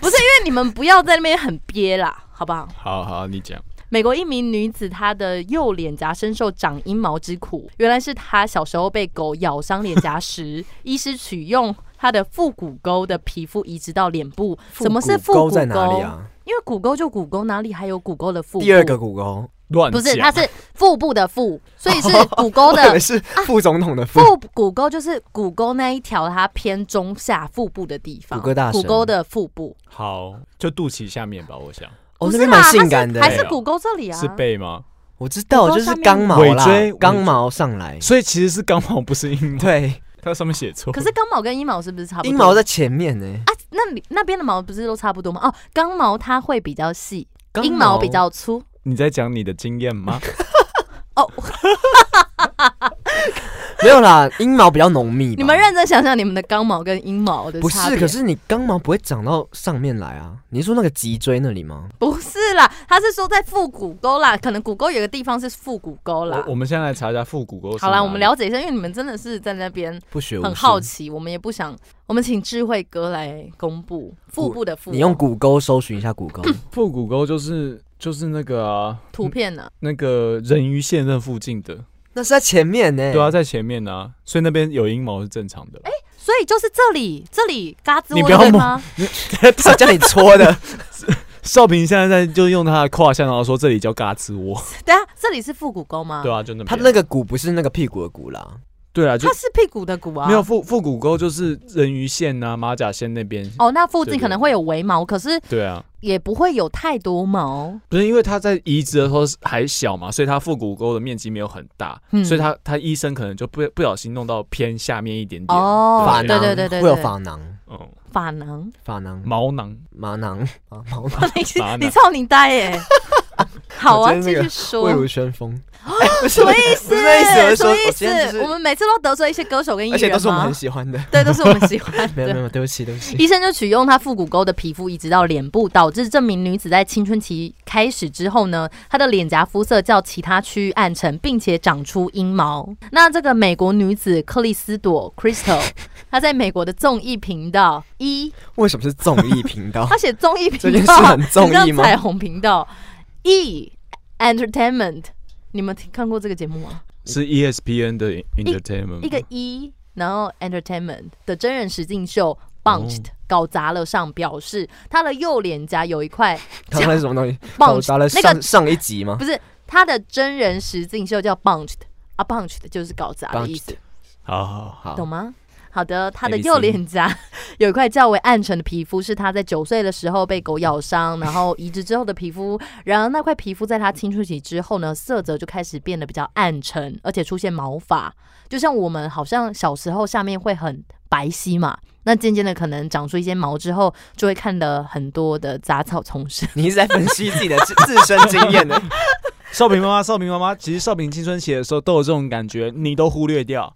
[SPEAKER 3] 不是因为你们不要在那边很憋啦，好不好？
[SPEAKER 2] 好好，你讲。
[SPEAKER 3] 美国一名女子，她的右脸颊深受长阴毛之苦，原来是她小时候被狗咬伤脸颊 时，医师取用她的腹股沟的皮肤移植到脸部。什么是腹
[SPEAKER 4] 沟
[SPEAKER 3] 股
[SPEAKER 4] 在哪里？啊？
[SPEAKER 3] 因为骨沟就骨沟，哪里还有骨沟的腹部？
[SPEAKER 4] 第二个骨哦沟，
[SPEAKER 2] 乱
[SPEAKER 3] 不是，
[SPEAKER 2] 讲
[SPEAKER 3] 它是腹部的腹，所 以是骨沟
[SPEAKER 4] 我以
[SPEAKER 3] 的
[SPEAKER 4] 为是副总统的副。哦
[SPEAKER 3] 腹骨沟，就是骨沟那一条它偏中下腹部的地方，
[SPEAKER 4] 骨骼大神
[SPEAKER 3] 骨沟的腹部。
[SPEAKER 2] 好，就肚脐下面吧，我想
[SPEAKER 4] 哦，
[SPEAKER 3] 不是
[SPEAKER 4] 那边
[SPEAKER 3] 啦，
[SPEAKER 4] 蛮
[SPEAKER 3] 它是
[SPEAKER 4] 性感的
[SPEAKER 3] 还
[SPEAKER 4] 欸，
[SPEAKER 3] 是骨沟这里啊？
[SPEAKER 2] 是背吗？
[SPEAKER 4] 我知道，
[SPEAKER 3] 骨沟
[SPEAKER 4] 就是
[SPEAKER 3] 下面
[SPEAKER 4] 刚毛啦
[SPEAKER 2] 尾椎尾，
[SPEAKER 4] 刚毛上来。
[SPEAKER 2] 所以其实是刚毛，不是阴毛。
[SPEAKER 4] 对，
[SPEAKER 2] 它上面写错。
[SPEAKER 3] 可是刚毛跟阴毛是不是差不多？
[SPEAKER 4] 阴毛在前面呢，
[SPEAKER 3] 啊，那里那边的毛不是都差不多吗？哦，刚毛它会比较细，
[SPEAKER 4] 刚
[SPEAKER 3] 阴毛比较粗。
[SPEAKER 2] 你在讲你的经验吗？
[SPEAKER 4] 没有啦，阴毛比较浓密吧。
[SPEAKER 3] 你们认真想想你们的刚毛跟阴毛的
[SPEAKER 4] 不
[SPEAKER 3] 差
[SPEAKER 4] 是？
[SPEAKER 3] 别
[SPEAKER 4] 可是你刚毛不会长到上面来啊？你是说那个脊椎那里吗？
[SPEAKER 3] 不是啦，他是说在腹股沟啦，可能骨沟有个地方是腹股沟啦
[SPEAKER 2] 我。我们先来查一下腹股沟。
[SPEAKER 3] 好啦，我们。了解一下，因为你们真的是在那边
[SPEAKER 4] 不学无
[SPEAKER 3] 很好
[SPEAKER 4] 术。
[SPEAKER 3] 奇，我们也不想，我们请智慧哥来公布腹部的腹哦，
[SPEAKER 4] 你用骨沟搜寻一下 骨沟，
[SPEAKER 2] 腹股沟就是就是那个啊，
[SPEAKER 3] 图片呢？
[SPEAKER 2] 那个人鱼线那附近的，
[SPEAKER 4] 那是在前面呢。
[SPEAKER 2] 对啊，，在前面啊，所以那边有阴毛是正常的。哎，
[SPEAKER 3] 所以就是这里，这里嘎吱
[SPEAKER 2] 你
[SPEAKER 3] 窝
[SPEAKER 2] 不要
[SPEAKER 3] 对
[SPEAKER 2] 摸
[SPEAKER 3] 吗？
[SPEAKER 4] 是叫你搓 的。
[SPEAKER 2] 少平现在在就用他的胯下，然后说这里叫嘎吱窝。
[SPEAKER 3] 对啊，这里是腹股沟吗？
[SPEAKER 2] 对，啊，就那边。
[SPEAKER 4] 他那个骨不是那个屁股的骨啦，
[SPEAKER 2] 对啊，就
[SPEAKER 3] 它是屁股的骨啊，
[SPEAKER 2] 没有腹腹股沟就是人鱼线呐、马甲线那边。
[SPEAKER 3] 哦，那附
[SPEAKER 2] 对
[SPEAKER 3] 近
[SPEAKER 2] 对
[SPEAKER 3] 可能会有围毛，可是
[SPEAKER 2] 对啊，
[SPEAKER 3] 也不会有太多毛。
[SPEAKER 2] 不是因为他在移植的时候还小嘛，所以他腹股沟的面积没有很大，
[SPEAKER 3] 嗯
[SPEAKER 2] 所以他他医生可能就不不小心弄到偏下面一点点。
[SPEAKER 3] 哦
[SPEAKER 4] 发
[SPEAKER 2] 对
[SPEAKER 4] 囊，
[SPEAKER 3] 对对对对
[SPEAKER 4] 会有发囊，
[SPEAKER 2] 嗯，
[SPEAKER 3] 发囊，
[SPEAKER 4] 发囊，
[SPEAKER 2] 毛囊
[SPEAKER 4] 麻囊啊， 毛囊，
[SPEAKER 2] 发
[SPEAKER 3] 你
[SPEAKER 2] 囊
[SPEAKER 3] 你操你呆耶、好啊，继续说
[SPEAKER 4] 魏。如萱 风，哎不是
[SPEAKER 3] 什么意思？
[SPEAKER 4] 不是那意思，我
[SPEAKER 3] 什
[SPEAKER 4] 是说
[SPEAKER 3] 么
[SPEAKER 4] 我
[SPEAKER 3] 意
[SPEAKER 4] 今天
[SPEAKER 3] 思？我
[SPEAKER 4] 就是，
[SPEAKER 3] 们每次都得罪一些歌手跟艺
[SPEAKER 4] 而且都
[SPEAKER 3] 人
[SPEAKER 4] 是我们
[SPEAKER 3] 吗
[SPEAKER 4] 很？喜欢的。
[SPEAKER 3] 对，都是我们喜欢
[SPEAKER 4] 没有没
[SPEAKER 3] 的。
[SPEAKER 4] 有，对不起对不 起。
[SPEAKER 3] 医生就取用她腹股沟的皮肤移植到脸部，导致这名女子在青春期开始之后呢，她的脸颊肤色较其他区域暗沉，并且长出阴毛。那这个美国女子克里斯朵 （Crystal），她在美国的综艺频道，E 一
[SPEAKER 4] 为什么是综艺频道
[SPEAKER 3] 他？写综艺
[SPEAKER 4] 这
[SPEAKER 3] 频
[SPEAKER 4] 件事
[SPEAKER 3] 道，
[SPEAKER 4] 很综艺
[SPEAKER 3] 你知
[SPEAKER 4] 吗
[SPEAKER 3] 道彩虹频道 E Entertainment，你们听看过这个节目吗？
[SPEAKER 2] 是 E ESPN 的 entertainment
[SPEAKER 3] 一个 E，然后 Entertainment 的真人实境秀 Bunched、搞砸了上，表示他的右脸颊有一块
[SPEAKER 4] 刚才是什么东西？
[SPEAKER 3] Bunched，
[SPEAKER 4] 搞砸了
[SPEAKER 3] 那
[SPEAKER 4] 上
[SPEAKER 3] 个
[SPEAKER 4] 上一集吗
[SPEAKER 3] 不？是他的真人实境秀叫 Bunched 啊，Bunched 就是搞砸的意思。
[SPEAKER 2] 好好好，
[SPEAKER 4] 好
[SPEAKER 3] 懂，吗？好的，他的
[SPEAKER 4] ABC
[SPEAKER 3] 右脸颊 有一块较为暗沉的皮肤，是他在九岁的时候被狗咬伤，然后移植之后的皮肤。然而那块皮肤在他青春期之后呢，色泽就开始变得比较暗沉，而且出现毛发，就像我们好像小时候下面会很白皙嘛，那渐渐的可能长出一些毛之后，就会看得很多的杂草丛生。
[SPEAKER 4] 你一直在分析自己的自自身经验呢。
[SPEAKER 2] 少平妈妈，少平妈妈，其实少平青春期的时候都有这种感觉，你都忽略掉。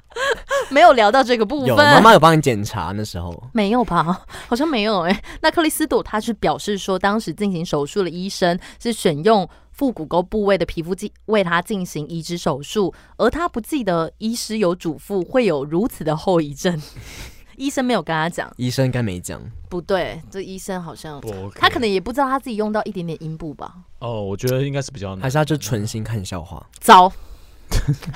[SPEAKER 3] 没有聊到这个部
[SPEAKER 4] 有
[SPEAKER 3] 分，
[SPEAKER 4] 妈妈有帮你检查那时候，
[SPEAKER 3] 没有吧？ 好像没有哎、那克里斯朵他是表示说，当时进行手术的医生是选用腹股沟部位的皮肤进为他进行移植手术，而他不记得医师有嘱咐会有如此的后遗症。 医生没有跟他讲，
[SPEAKER 4] 医生应该没讲。
[SPEAKER 3] 不对，这医生好像
[SPEAKER 2] 不 OK
[SPEAKER 3] 他可能也不知道他自己用到一点点阴部吧。
[SPEAKER 2] 哦，我觉得应该是比较
[SPEAKER 4] 还
[SPEAKER 2] 难。
[SPEAKER 4] 是他就存心看笑话，
[SPEAKER 3] 糟，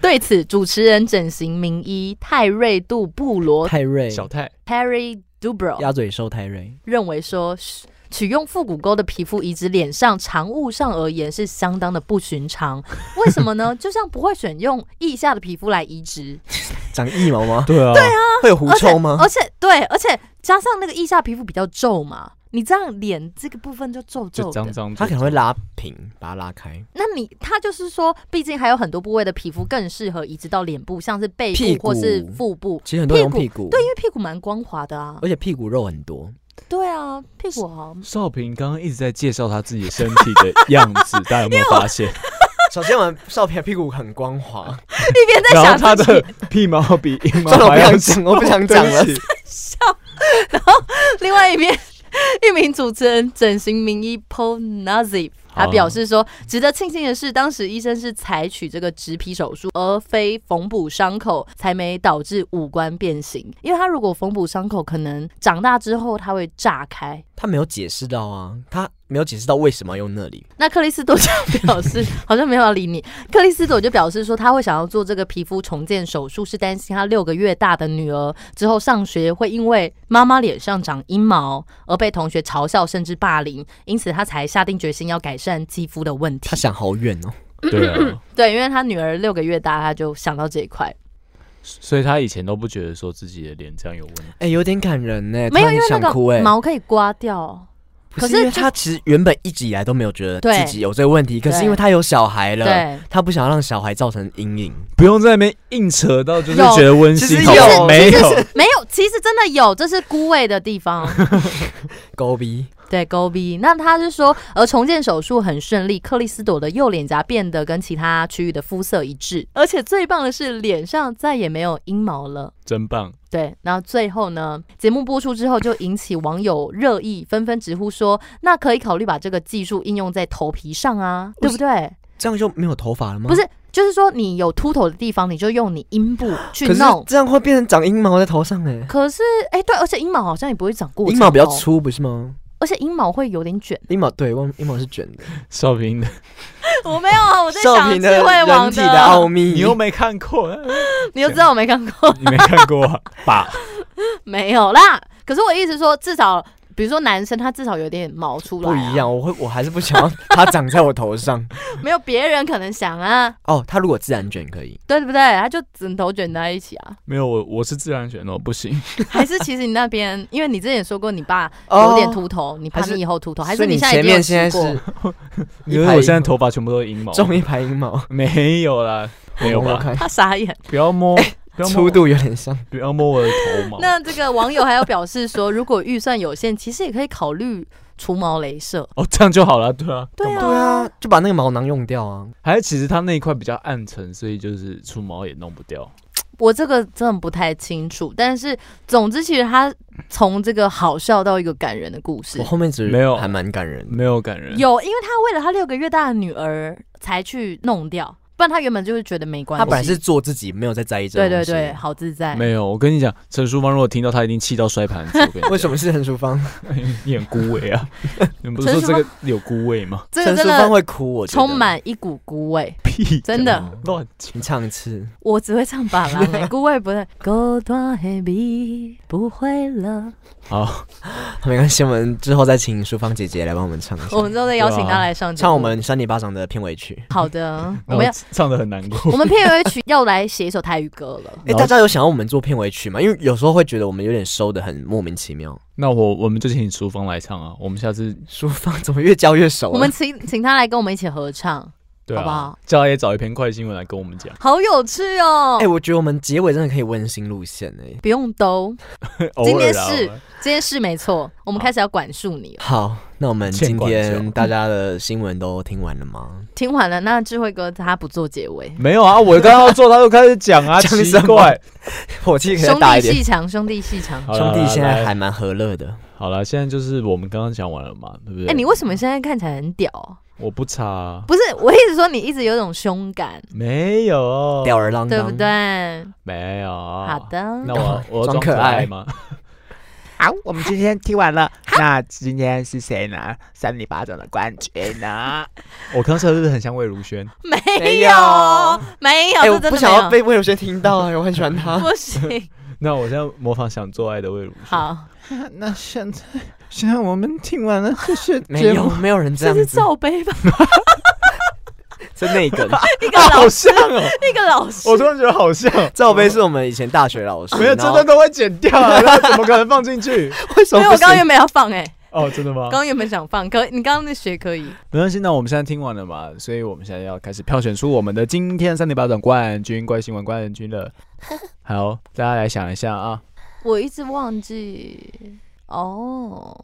[SPEAKER 3] 对此，主持人整形名医泰瑞杜布罗
[SPEAKER 4] 泰瑞，
[SPEAKER 2] 小泰
[SPEAKER 3] （Terry Dubrow）
[SPEAKER 4] 鸭嘴兽泰瑞，
[SPEAKER 3] 认为说，嘘取用复骨沟的皮肤移植脸上常物上而言是相当的不 寻常。为什么呢？就像不会选用腋下的皮肤来移植，
[SPEAKER 4] 长腋毛 吗？
[SPEAKER 2] 对啊，
[SPEAKER 4] 会有狐
[SPEAKER 3] 而且
[SPEAKER 4] 臭吗？
[SPEAKER 3] 而且哦对，而且加上那个腋下皮肤比较皱嘛，你这样脸这个部分就皱皱
[SPEAKER 2] 就
[SPEAKER 3] 的
[SPEAKER 2] 脏。脏，
[SPEAKER 4] 它可能会拉平，把它拉开。
[SPEAKER 3] 那你他就是说，毕竟还有很多部位的皮肤更适合移植到脸部，像是背
[SPEAKER 4] 屁
[SPEAKER 3] 部或是
[SPEAKER 4] 股
[SPEAKER 3] 腹部。
[SPEAKER 4] 其实很多人用
[SPEAKER 3] 屁
[SPEAKER 4] 屁股，
[SPEAKER 3] 对，因为屁股蛮光滑的啊。
[SPEAKER 2] 哎
[SPEAKER 4] 而且屁股肉很多。
[SPEAKER 3] 对啊，屁股 好像。
[SPEAKER 2] 少平刚刚一直在介绍他自己身体的样子，大家有没有发现？
[SPEAKER 4] 首先，我们少平的屁股很光滑，
[SPEAKER 3] 一边在
[SPEAKER 2] 然后
[SPEAKER 3] 想
[SPEAKER 2] 他
[SPEAKER 3] 自己
[SPEAKER 2] 的屁毛 比阴毛
[SPEAKER 4] 算了，我
[SPEAKER 2] 还
[SPEAKER 4] 不
[SPEAKER 2] 要
[SPEAKER 4] 想 讲，哦我不想讲了。
[SPEAKER 3] 另外一边，一名主持人整形名医 Paul Nazif。他表示说，值得庆幸的是，当时医生是采取这个植皮手术，而非缝补伤口，才没导致五官变形。因为他如果缝补伤口，可能长大之后它会炸开。
[SPEAKER 4] 他没有解释到啊，他没有解释到为什么要用那 里。
[SPEAKER 3] 那克里斯朵就表示， 好像没有要理你。克里斯朵就表示说，他会想要做这个皮肤重建手术，是担心他六个月大的女儿之后上学会因为妈妈脸上长阴毛而被同学嘲笑甚至霸凌，因此他才下定决心要改善肌肤的问
[SPEAKER 4] 他
[SPEAKER 3] 题。
[SPEAKER 4] 想好远哦，
[SPEAKER 2] 对啊，
[SPEAKER 3] 对，因为他女儿六个月大，他就想到这一块。
[SPEAKER 2] 所以他以前都不觉得说自己的脸这样有问题。
[SPEAKER 4] 哎、有点感人呢、
[SPEAKER 3] 没有，
[SPEAKER 4] 突然
[SPEAKER 3] 因为那
[SPEAKER 4] 想哭哎、
[SPEAKER 3] 个毛可以刮掉。
[SPEAKER 4] 不
[SPEAKER 3] 可
[SPEAKER 4] 是
[SPEAKER 3] 是
[SPEAKER 4] 因为
[SPEAKER 3] 就
[SPEAKER 4] 他其实原本一直以来都没有觉得
[SPEAKER 3] 对
[SPEAKER 4] 自己有这个问题，可是
[SPEAKER 3] 对
[SPEAKER 4] 因为他有小孩了，
[SPEAKER 3] 对，
[SPEAKER 4] 他不想让小孩造成阴影。
[SPEAKER 2] 不用在那边硬扯到，就是
[SPEAKER 3] 有
[SPEAKER 2] 觉得温馨
[SPEAKER 4] 其实
[SPEAKER 2] 好
[SPEAKER 4] 有
[SPEAKER 2] 吗？没
[SPEAKER 3] 其实
[SPEAKER 2] 有
[SPEAKER 3] 是， 没有，其实真的有，这是孤位的地方。
[SPEAKER 4] 狗逼，
[SPEAKER 3] 对，勾鼻。那他是说，而重建手术很顺利，克里斯朵的右脸颊变得跟其他区域的肤色一致，而且最棒的是脸上再也没有阴毛了。
[SPEAKER 2] 真棒！
[SPEAKER 3] 对，然后最后呢，节目播出之后就引起网友热议，纷纷直呼说，那可以考虑把这个技术应用在头皮上啊，对不对？
[SPEAKER 4] 这样就没有头发了吗？
[SPEAKER 3] 不是，就是说你有秃头的地方，你就用你阴部去
[SPEAKER 4] 可是
[SPEAKER 3] 弄。
[SPEAKER 4] 这样会变成长阴毛在头上哎、
[SPEAKER 3] 可是，哎、对，而且阴毛好像也不会长过、哦
[SPEAKER 4] 阴毛比较，粗不是吗？
[SPEAKER 3] 而且阴毛会有点卷。
[SPEAKER 4] 阴毛对，忘阴毛是卷的。
[SPEAKER 2] 少平的，
[SPEAKER 3] 我没有啊，我 在
[SPEAKER 4] 少
[SPEAKER 3] 想
[SPEAKER 4] 平
[SPEAKER 3] 智
[SPEAKER 4] 的
[SPEAKER 3] 慧王
[SPEAKER 4] 人体的奥秘，
[SPEAKER 2] 你又没看过，
[SPEAKER 3] 你就知道我没看过。
[SPEAKER 2] 你没看过啊吧？
[SPEAKER 3] 没有啦。可是我意思说，至少比如说男生他至少有点毛出来、啊
[SPEAKER 4] 不一，样，我会我还是不想要它长在我头上。
[SPEAKER 3] 没有别人可能想啊，
[SPEAKER 4] 哦，它如果自然卷可以，
[SPEAKER 3] 对不对？他就整头卷在一起 啊，
[SPEAKER 2] 没有，我我是自然卷的，我不行。
[SPEAKER 3] 还是其实你那边，因为你之前说过你爸
[SPEAKER 4] 哦
[SPEAKER 3] 有点秃头，你怕
[SPEAKER 4] 还是
[SPEAKER 3] 你以后秃头，还
[SPEAKER 4] 所
[SPEAKER 3] 是
[SPEAKER 4] 以你
[SPEAKER 3] 现在已
[SPEAKER 4] 前
[SPEAKER 3] 经有
[SPEAKER 4] 面现在
[SPEAKER 3] 吃过
[SPEAKER 4] 是
[SPEAKER 2] 因为我现在头发全部都是阴毛，
[SPEAKER 4] 种一排阴毛，
[SPEAKER 2] 没有啦，没有
[SPEAKER 4] 我们
[SPEAKER 2] 吧？
[SPEAKER 4] 看
[SPEAKER 3] 他傻眼。
[SPEAKER 4] 哦
[SPEAKER 2] 不要摸，不要摸
[SPEAKER 4] 粗
[SPEAKER 2] 我，
[SPEAKER 4] 度有点像。
[SPEAKER 2] 不要摸我的头毛。
[SPEAKER 3] 那这个网友还有表示说，如果预算有限，其实也可以考虑除毛镭射。
[SPEAKER 2] 哦，这样就好了，对啊。
[SPEAKER 3] 对
[SPEAKER 4] 对啊，就把那个毛囊用掉啊。
[SPEAKER 2] 还是其实他那一块比较暗沉，所以就是除毛也弄不掉。
[SPEAKER 3] 我这个真的不太清楚，但是总之其实他从这个好笑到一个感人的故事
[SPEAKER 4] 我。后面只
[SPEAKER 2] 没有
[SPEAKER 4] 还蛮感人的。
[SPEAKER 2] 没有感人，
[SPEAKER 3] 有，因为他为了他六个月大的女儿才去弄掉，不然他原本就是觉得没关系。
[SPEAKER 4] 他本来是做自己，没有在在意这
[SPEAKER 3] 对
[SPEAKER 4] 个。
[SPEAKER 3] 对对，。好自在。
[SPEAKER 2] 没有？我跟你讲，陈淑芳如果听到，她一定气到摔盘子。
[SPEAKER 4] 为什
[SPEAKER 2] 么？
[SPEAKER 4] 么是陈淑芳？
[SPEAKER 2] 你很孤味 啊？你们不是说
[SPEAKER 3] 陈淑
[SPEAKER 2] 这个有孤味吗？
[SPEAKER 3] 这
[SPEAKER 4] 陈
[SPEAKER 3] 个
[SPEAKER 4] 淑
[SPEAKER 3] 真
[SPEAKER 4] 芳
[SPEAKER 3] 的
[SPEAKER 4] 会哭，我觉得
[SPEAKER 3] 充。满一股孤味，
[SPEAKER 2] 屁，
[SPEAKER 3] 真的。
[SPEAKER 2] 乱讲。
[SPEAKER 4] 你唱一次，
[SPEAKER 3] 我只会唱把郎、欸，孤味不对。孤单的味不会了。
[SPEAKER 2] 好，
[SPEAKER 4] 没关系，我们之后再请淑芳姐姐来帮我们唱一下
[SPEAKER 3] 我，们之后再邀请他来上节目
[SPEAKER 4] 啊唱我们三里巴掌的片尾曲。
[SPEAKER 3] 好的，我
[SPEAKER 2] 那
[SPEAKER 3] 们要
[SPEAKER 2] 唱的很难
[SPEAKER 3] 我
[SPEAKER 2] 过。
[SPEAKER 3] 们片尾曲要来写一首台语歌了。
[SPEAKER 4] 哎，大家有想要我们做片尾曲吗？因为有时候会觉得我们有点收的很莫名其妙。
[SPEAKER 2] 那我我们就请淑芳来唱啊。我们下次
[SPEAKER 4] 淑芳怎么越教越熟啊？
[SPEAKER 3] 我 们请请他来跟我们一起合唱，
[SPEAKER 2] 对啊，
[SPEAKER 3] 好不好
[SPEAKER 2] 叫她也找一篇快新闻来跟我们 讲。
[SPEAKER 3] 好有趣哦！
[SPEAKER 4] 哎、我觉得我们结尾真的可以温馨路线哎、
[SPEAKER 3] 不用兜，
[SPEAKER 2] 偶尔
[SPEAKER 3] 天
[SPEAKER 2] 啊
[SPEAKER 3] 是
[SPEAKER 2] 偶尔
[SPEAKER 3] 这件事没错，我们
[SPEAKER 2] 好
[SPEAKER 3] 开始要管束你了。
[SPEAKER 4] 好，那我们今
[SPEAKER 2] 欠管
[SPEAKER 4] 天
[SPEAKER 2] 教
[SPEAKER 4] 大家的新闻都听完了 吗？
[SPEAKER 3] 听完了，那智慧哥他不做结尾，
[SPEAKER 2] 没有啊，我刚刚要做，他又开始讲 啊，
[SPEAKER 4] 讲
[SPEAKER 2] 奇
[SPEAKER 4] 什么
[SPEAKER 2] 怪。
[SPEAKER 4] 火气可以再
[SPEAKER 3] 兄
[SPEAKER 4] 大
[SPEAKER 3] 弟
[SPEAKER 4] 一点。
[SPEAKER 3] 戏强，兄弟戏强。
[SPEAKER 2] 好啦
[SPEAKER 4] 兄弟现
[SPEAKER 2] 来
[SPEAKER 4] 在
[SPEAKER 2] 来
[SPEAKER 4] 还蛮和乐的，
[SPEAKER 2] 好了，现在就是我们刚刚讲完了嘛，对不对？
[SPEAKER 3] 哎、你为什么现在看起来很屌啊？
[SPEAKER 2] 我不查啊，
[SPEAKER 3] 不是，我一直说你一直有种凶感，
[SPEAKER 2] 没有，
[SPEAKER 4] 吊儿郎
[SPEAKER 3] 对
[SPEAKER 4] 当，
[SPEAKER 3] 不对？
[SPEAKER 2] 没有。
[SPEAKER 5] 嗯
[SPEAKER 3] 好，的，
[SPEAKER 5] 哦
[SPEAKER 2] 那我我要
[SPEAKER 4] 装
[SPEAKER 2] 装
[SPEAKER 4] 可
[SPEAKER 2] 可
[SPEAKER 4] 爱
[SPEAKER 2] 爱吗？
[SPEAKER 5] 好，我们今天听完了，那今天是谁拿三里八掌的冠军呢？
[SPEAKER 2] 我刚才是不是很像魏如萱？
[SPEAKER 3] 没
[SPEAKER 4] 没
[SPEAKER 3] 有
[SPEAKER 4] 有，
[SPEAKER 3] 没有，
[SPEAKER 4] 哎、
[SPEAKER 3] 这
[SPEAKER 4] 我
[SPEAKER 3] 真的
[SPEAKER 4] 不想要
[SPEAKER 3] 没有
[SPEAKER 4] 被魏如萱听到、 哎，我很喜欢她。
[SPEAKER 3] 不行。
[SPEAKER 2] 那我现在模仿想做爱的魏如萱。
[SPEAKER 3] 好，
[SPEAKER 2] 那现在现在我们听完了 这些
[SPEAKER 4] 没有， 没有人这
[SPEAKER 3] 这
[SPEAKER 4] 样
[SPEAKER 3] 是
[SPEAKER 4] 子，
[SPEAKER 3] 罩杯吧？
[SPEAKER 4] 是那 个
[SPEAKER 3] 一个
[SPEAKER 2] 好
[SPEAKER 3] 老师，
[SPEAKER 2] 像哦，
[SPEAKER 3] 一个老师
[SPEAKER 2] 我，突然觉得 好像。
[SPEAKER 5] 哦
[SPEAKER 4] 赵薇是我们以前大学老师，
[SPEAKER 2] 没有，
[SPEAKER 4] 然
[SPEAKER 2] 这
[SPEAKER 4] 后
[SPEAKER 2] 段都会剪掉啊，那怎么可能放进去？
[SPEAKER 4] 为什
[SPEAKER 3] 没
[SPEAKER 4] 么
[SPEAKER 3] 有，
[SPEAKER 4] 不
[SPEAKER 3] 我刚刚
[SPEAKER 4] 行？
[SPEAKER 3] 原本要放哎，
[SPEAKER 2] 哦，真的吗
[SPEAKER 3] 刚？刚原本想放，可你刚刚那学可以。
[SPEAKER 2] 没关系，那我们现在听完了嘛，所以我们现在要开始票选出我们的今天三点八掌冠军、怪新闻冠军 了。好，大家来想一下啊，
[SPEAKER 3] 我一直忘记哦。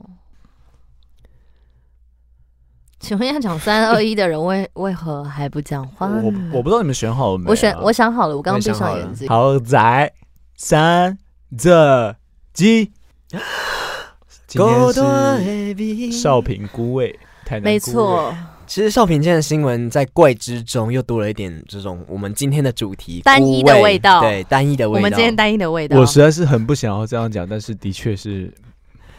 [SPEAKER 3] 请问要讲三二一的人为 为何还不讲话呢？
[SPEAKER 2] 我我不知道你们选好了没、啊？
[SPEAKER 3] 我选我想好了，我刚刚闭
[SPEAKER 4] 我也想
[SPEAKER 3] 上
[SPEAKER 4] 好了
[SPEAKER 3] 眼睛。
[SPEAKER 2] 豪宅三这鸡，今天是少平孤位，台南
[SPEAKER 3] 没
[SPEAKER 2] 孤位，
[SPEAKER 3] 错，
[SPEAKER 4] 其实少平今天的新闻在怪之中又多了一点这种我们今天的主题
[SPEAKER 3] 单一的
[SPEAKER 4] 孤
[SPEAKER 3] 味道
[SPEAKER 4] 对单一的味道。
[SPEAKER 3] 我们今天单一的味道。
[SPEAKER 2] 我实在是很不想要这样讲，但是的确是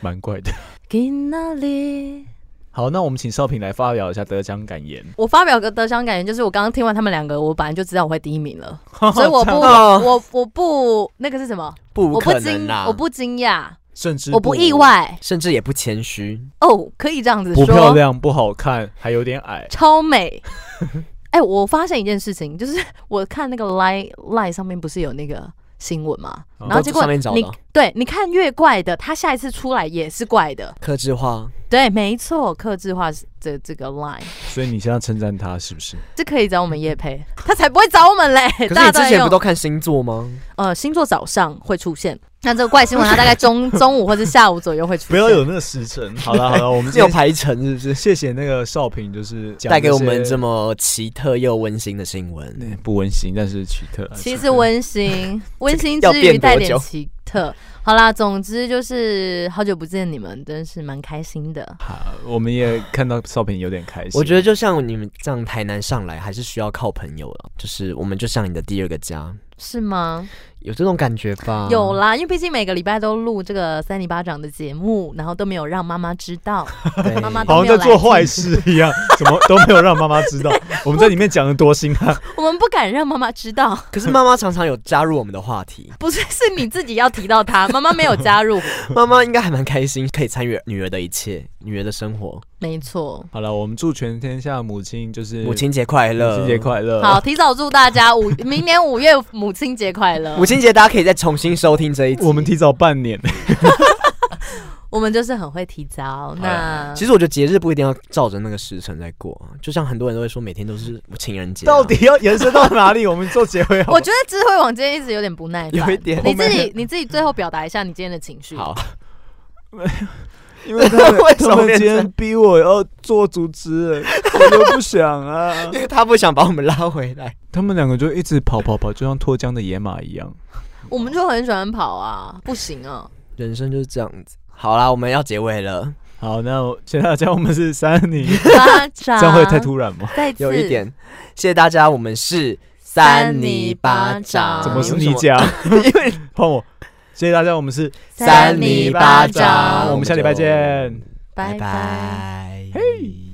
[SPEAKER 2] 蛮怪的。
[SPEAKER 3] 今哪里？
[SPEAKER 2] 好，那我们请少平来发表一下得奖感言。
[SPEAKER 3] 我发表个得奖感言，就是我刚刚听完他们两个，我本来就知道我会第一名了，所以 我不，
[SPEAKER 4] 哦
[SPEAKER 3] 我我不那个是什么？
[SPEAKER 4] 不
[SPEAKER 3] 我不
[SPEAKER 4] 可能啊
[SPEAKER 3] 惊
[SPEAKER 4] 啦，，
[SPEAKER 3] 我不惊讶，
[SPEAKER 2] 甚至
[SPEAKER 3] 我不意，外
[SPEAKER 4] 甚至也不谦虚。
[SPEAKER 3] 哦，可以这样子
[SPEAKER 2] 不漂
[SPEAKER 3] 说，
[SPEAKER 2] 亮，不好看，还有点 矮。
[SPEAKER 3] 超美。 哎、我发现一件事情，就是 我看那个 Line Line 上面不是有那个新闻嘛，
[SPEAKER 2] 哦
[SPEAKER 3] 然后结果
[SPEAKER 4] 上面找的
[SPEAKER 3] 你对，你看越怪的，他下一次出来也是怪的，
[SPEAKER 4] 克制化，
[SPEAKER 3] 对，没错，克制化是这这个 Line。
[SPEAKER 2] 所以你现在称赞他是不是？
[SPEAKER 3] 这可以找我们叶培，他才不会找我们嘞。
[SPEAKER 4] 可是
[SPEAKER 3] 大家
[SPEAKER 4] 你
[SPEAKER 3] 都
[SPEAKER 4] 之
[SPEAKER 3] 在
[SPEAKER 4] 前
[SPEAKER 3] 用
[SPEAKER 4] 不都看星座吗？
[SPEAKER 3] 呃星座早上会出现，那这个怪新闻它大概 中中午或者下午左右会出现。
[SPEAKER 2] 不要有那个时 辰。好了好了，我们
[SPEAKER 4] 是有排程是不是？
[SPEAKER 2] 谢谢那个少平，就是讲
[SPEAKER 4] 带给我
[SPEAKER 2] 这
[SPEAKER 4] 们
[SPEAKER 2] 些
[SPEAKER 4] 这么奇特又温馨的新闻。
[SPEAKER 2] 嗯不温馨，但是奇
[SPEAKER 4] 呃
[SPEAKER 2] 特。
[SPEAKER 3] 其实温 馨，温馨
[SPEAKER 4] 要
[SPEAKER 3] 之余
[SPEAKER 4] 变
[SPEAKER 3] 带
[SPEAKER 4] 多
[SPEAKER 3] 点
[SPEAKER 4] 久
[SPEAKER 3] 奇特。好啦，总之就是好久不见你们，真是蛮开心的。
[SPEAKER 2] 好，我们也看到少平有点开心。
[SPEAKER 4] 我觉得就像你们这样台南上来，还是需要靠朋友了。就是我们就像你的第二个家，
[SPEAKER 3] 是吗？
[SPEAKER 4] 有这种感觉吧？
[SPEAKER 3] 有啦，因为毕竟每个礼拜都录这个三里巴掌的节目，然后都没有让妈妈知 道，
[SPEAKER 4] 对，
[SPEAKER 3] 妈妈
[SPEAKER 2] 好像在做坏事一样，怎 么都没有让妈妈知 道。我们在里面讲的多辛辣，
[SPEAKER 3] 我们不敢让妈妈知道，
[SPEAKER 4] 可是妈妈常常有加入我们的话题，
[SPEAKER 3] 不是是你自己要提到她，妈妈没有加 入，
[SPEAKER 4] 妈妈应该还蛮开心，可以参与女儿的一切，女儿的生活。
[SPEAKER 3] 没错。
[SPEAKER 2] 好了，我们祝全天下母亲就是
[SPEAKER 4] 母亲节快乐！
[SPEAKER 2] 母亲节快
[SPEAKER 4] 呃
[SPEAKER 2] 乐。
[SPEAKER 3] 好，，提早祝大家五明年五月母亲节快 乐。
[SPEAKER 4] 母亲节大家可以再重新收听这一集。
[SPEAKER 2] 我们提早半年。
[SPEAKER 3] 我们就是很会提早。那
[SPEAKER 4] 其实我觉得节日不一定要照着那个时辰在过啊，就像很多人都会说每天都是情人节啊、
[SPEAKER 2] 到底要延伸到哪 里？我们做结尾好不好。
[SPEAKER 3] 我觉得智慧网今天一直有点不耐烦，
[SPEAKER 4] 有一点
[SPEAKER 3] 你自己你自己最后表达一下你今天的情绪。
[SPEAKER 4] 好，
[SPEAKER 2] 因为他 们
[SPEAKER 4] 为什
[SPEAKER 2] 他
[SPEAKER 4] 么
[SPEAKER 2] 们
[SPEAKER 4] 变
[SPEAKER 2] 今
[SPEAKER 4] 成
[SPEAKER 2] 天逼我要做主持 人，我都不想啊。
[SPEAKER 4] 因为他不想把我们拉回来。
[SPEAKER 2] 他们两个就一直跑跑跑，就像脱缰的野马一样。
[SPEAKER 3] 我们就很喜欢跑啊，不行啊，
[SPEAKER 4] 人生就是这样子。好啦，我们要结尾了，
[SPEAKER 2] 好，那我谢谢大家，我们是三 零，
[SPEAKER 3] 巴掌
[SPEAKER 4] 啊
[SPEAKER 2] 这样会太突然吗？
[SPEAKER 3] 再次
[SPEAKER 4] 有一点，谢谢大家，我们是
[SPEAKER 3] 三泥巴掌
[SPEAKER 2] 怎么是
[SPEAKER 4] 为
[SPEAKER 2] 你
[SPEAKER 4] 什
[SPEAKER 2] 讲？
[SPEAKER 4] 因啊为
[SPEAKER 2] 换我。谢谢大家，我们是，
[SPEAKER 4] 三泥巴
[SPEAKER 2] 我
[SPEAKER 4] 掌
[SPEAKER 2] 们下礼拜见。
[SPEAKER 3] 拜
[SPEAKER 4] 拜
[SPEAKER 3] 拜。
[SPEAKER 4] 拜。
[SPEAKER 2] 嘿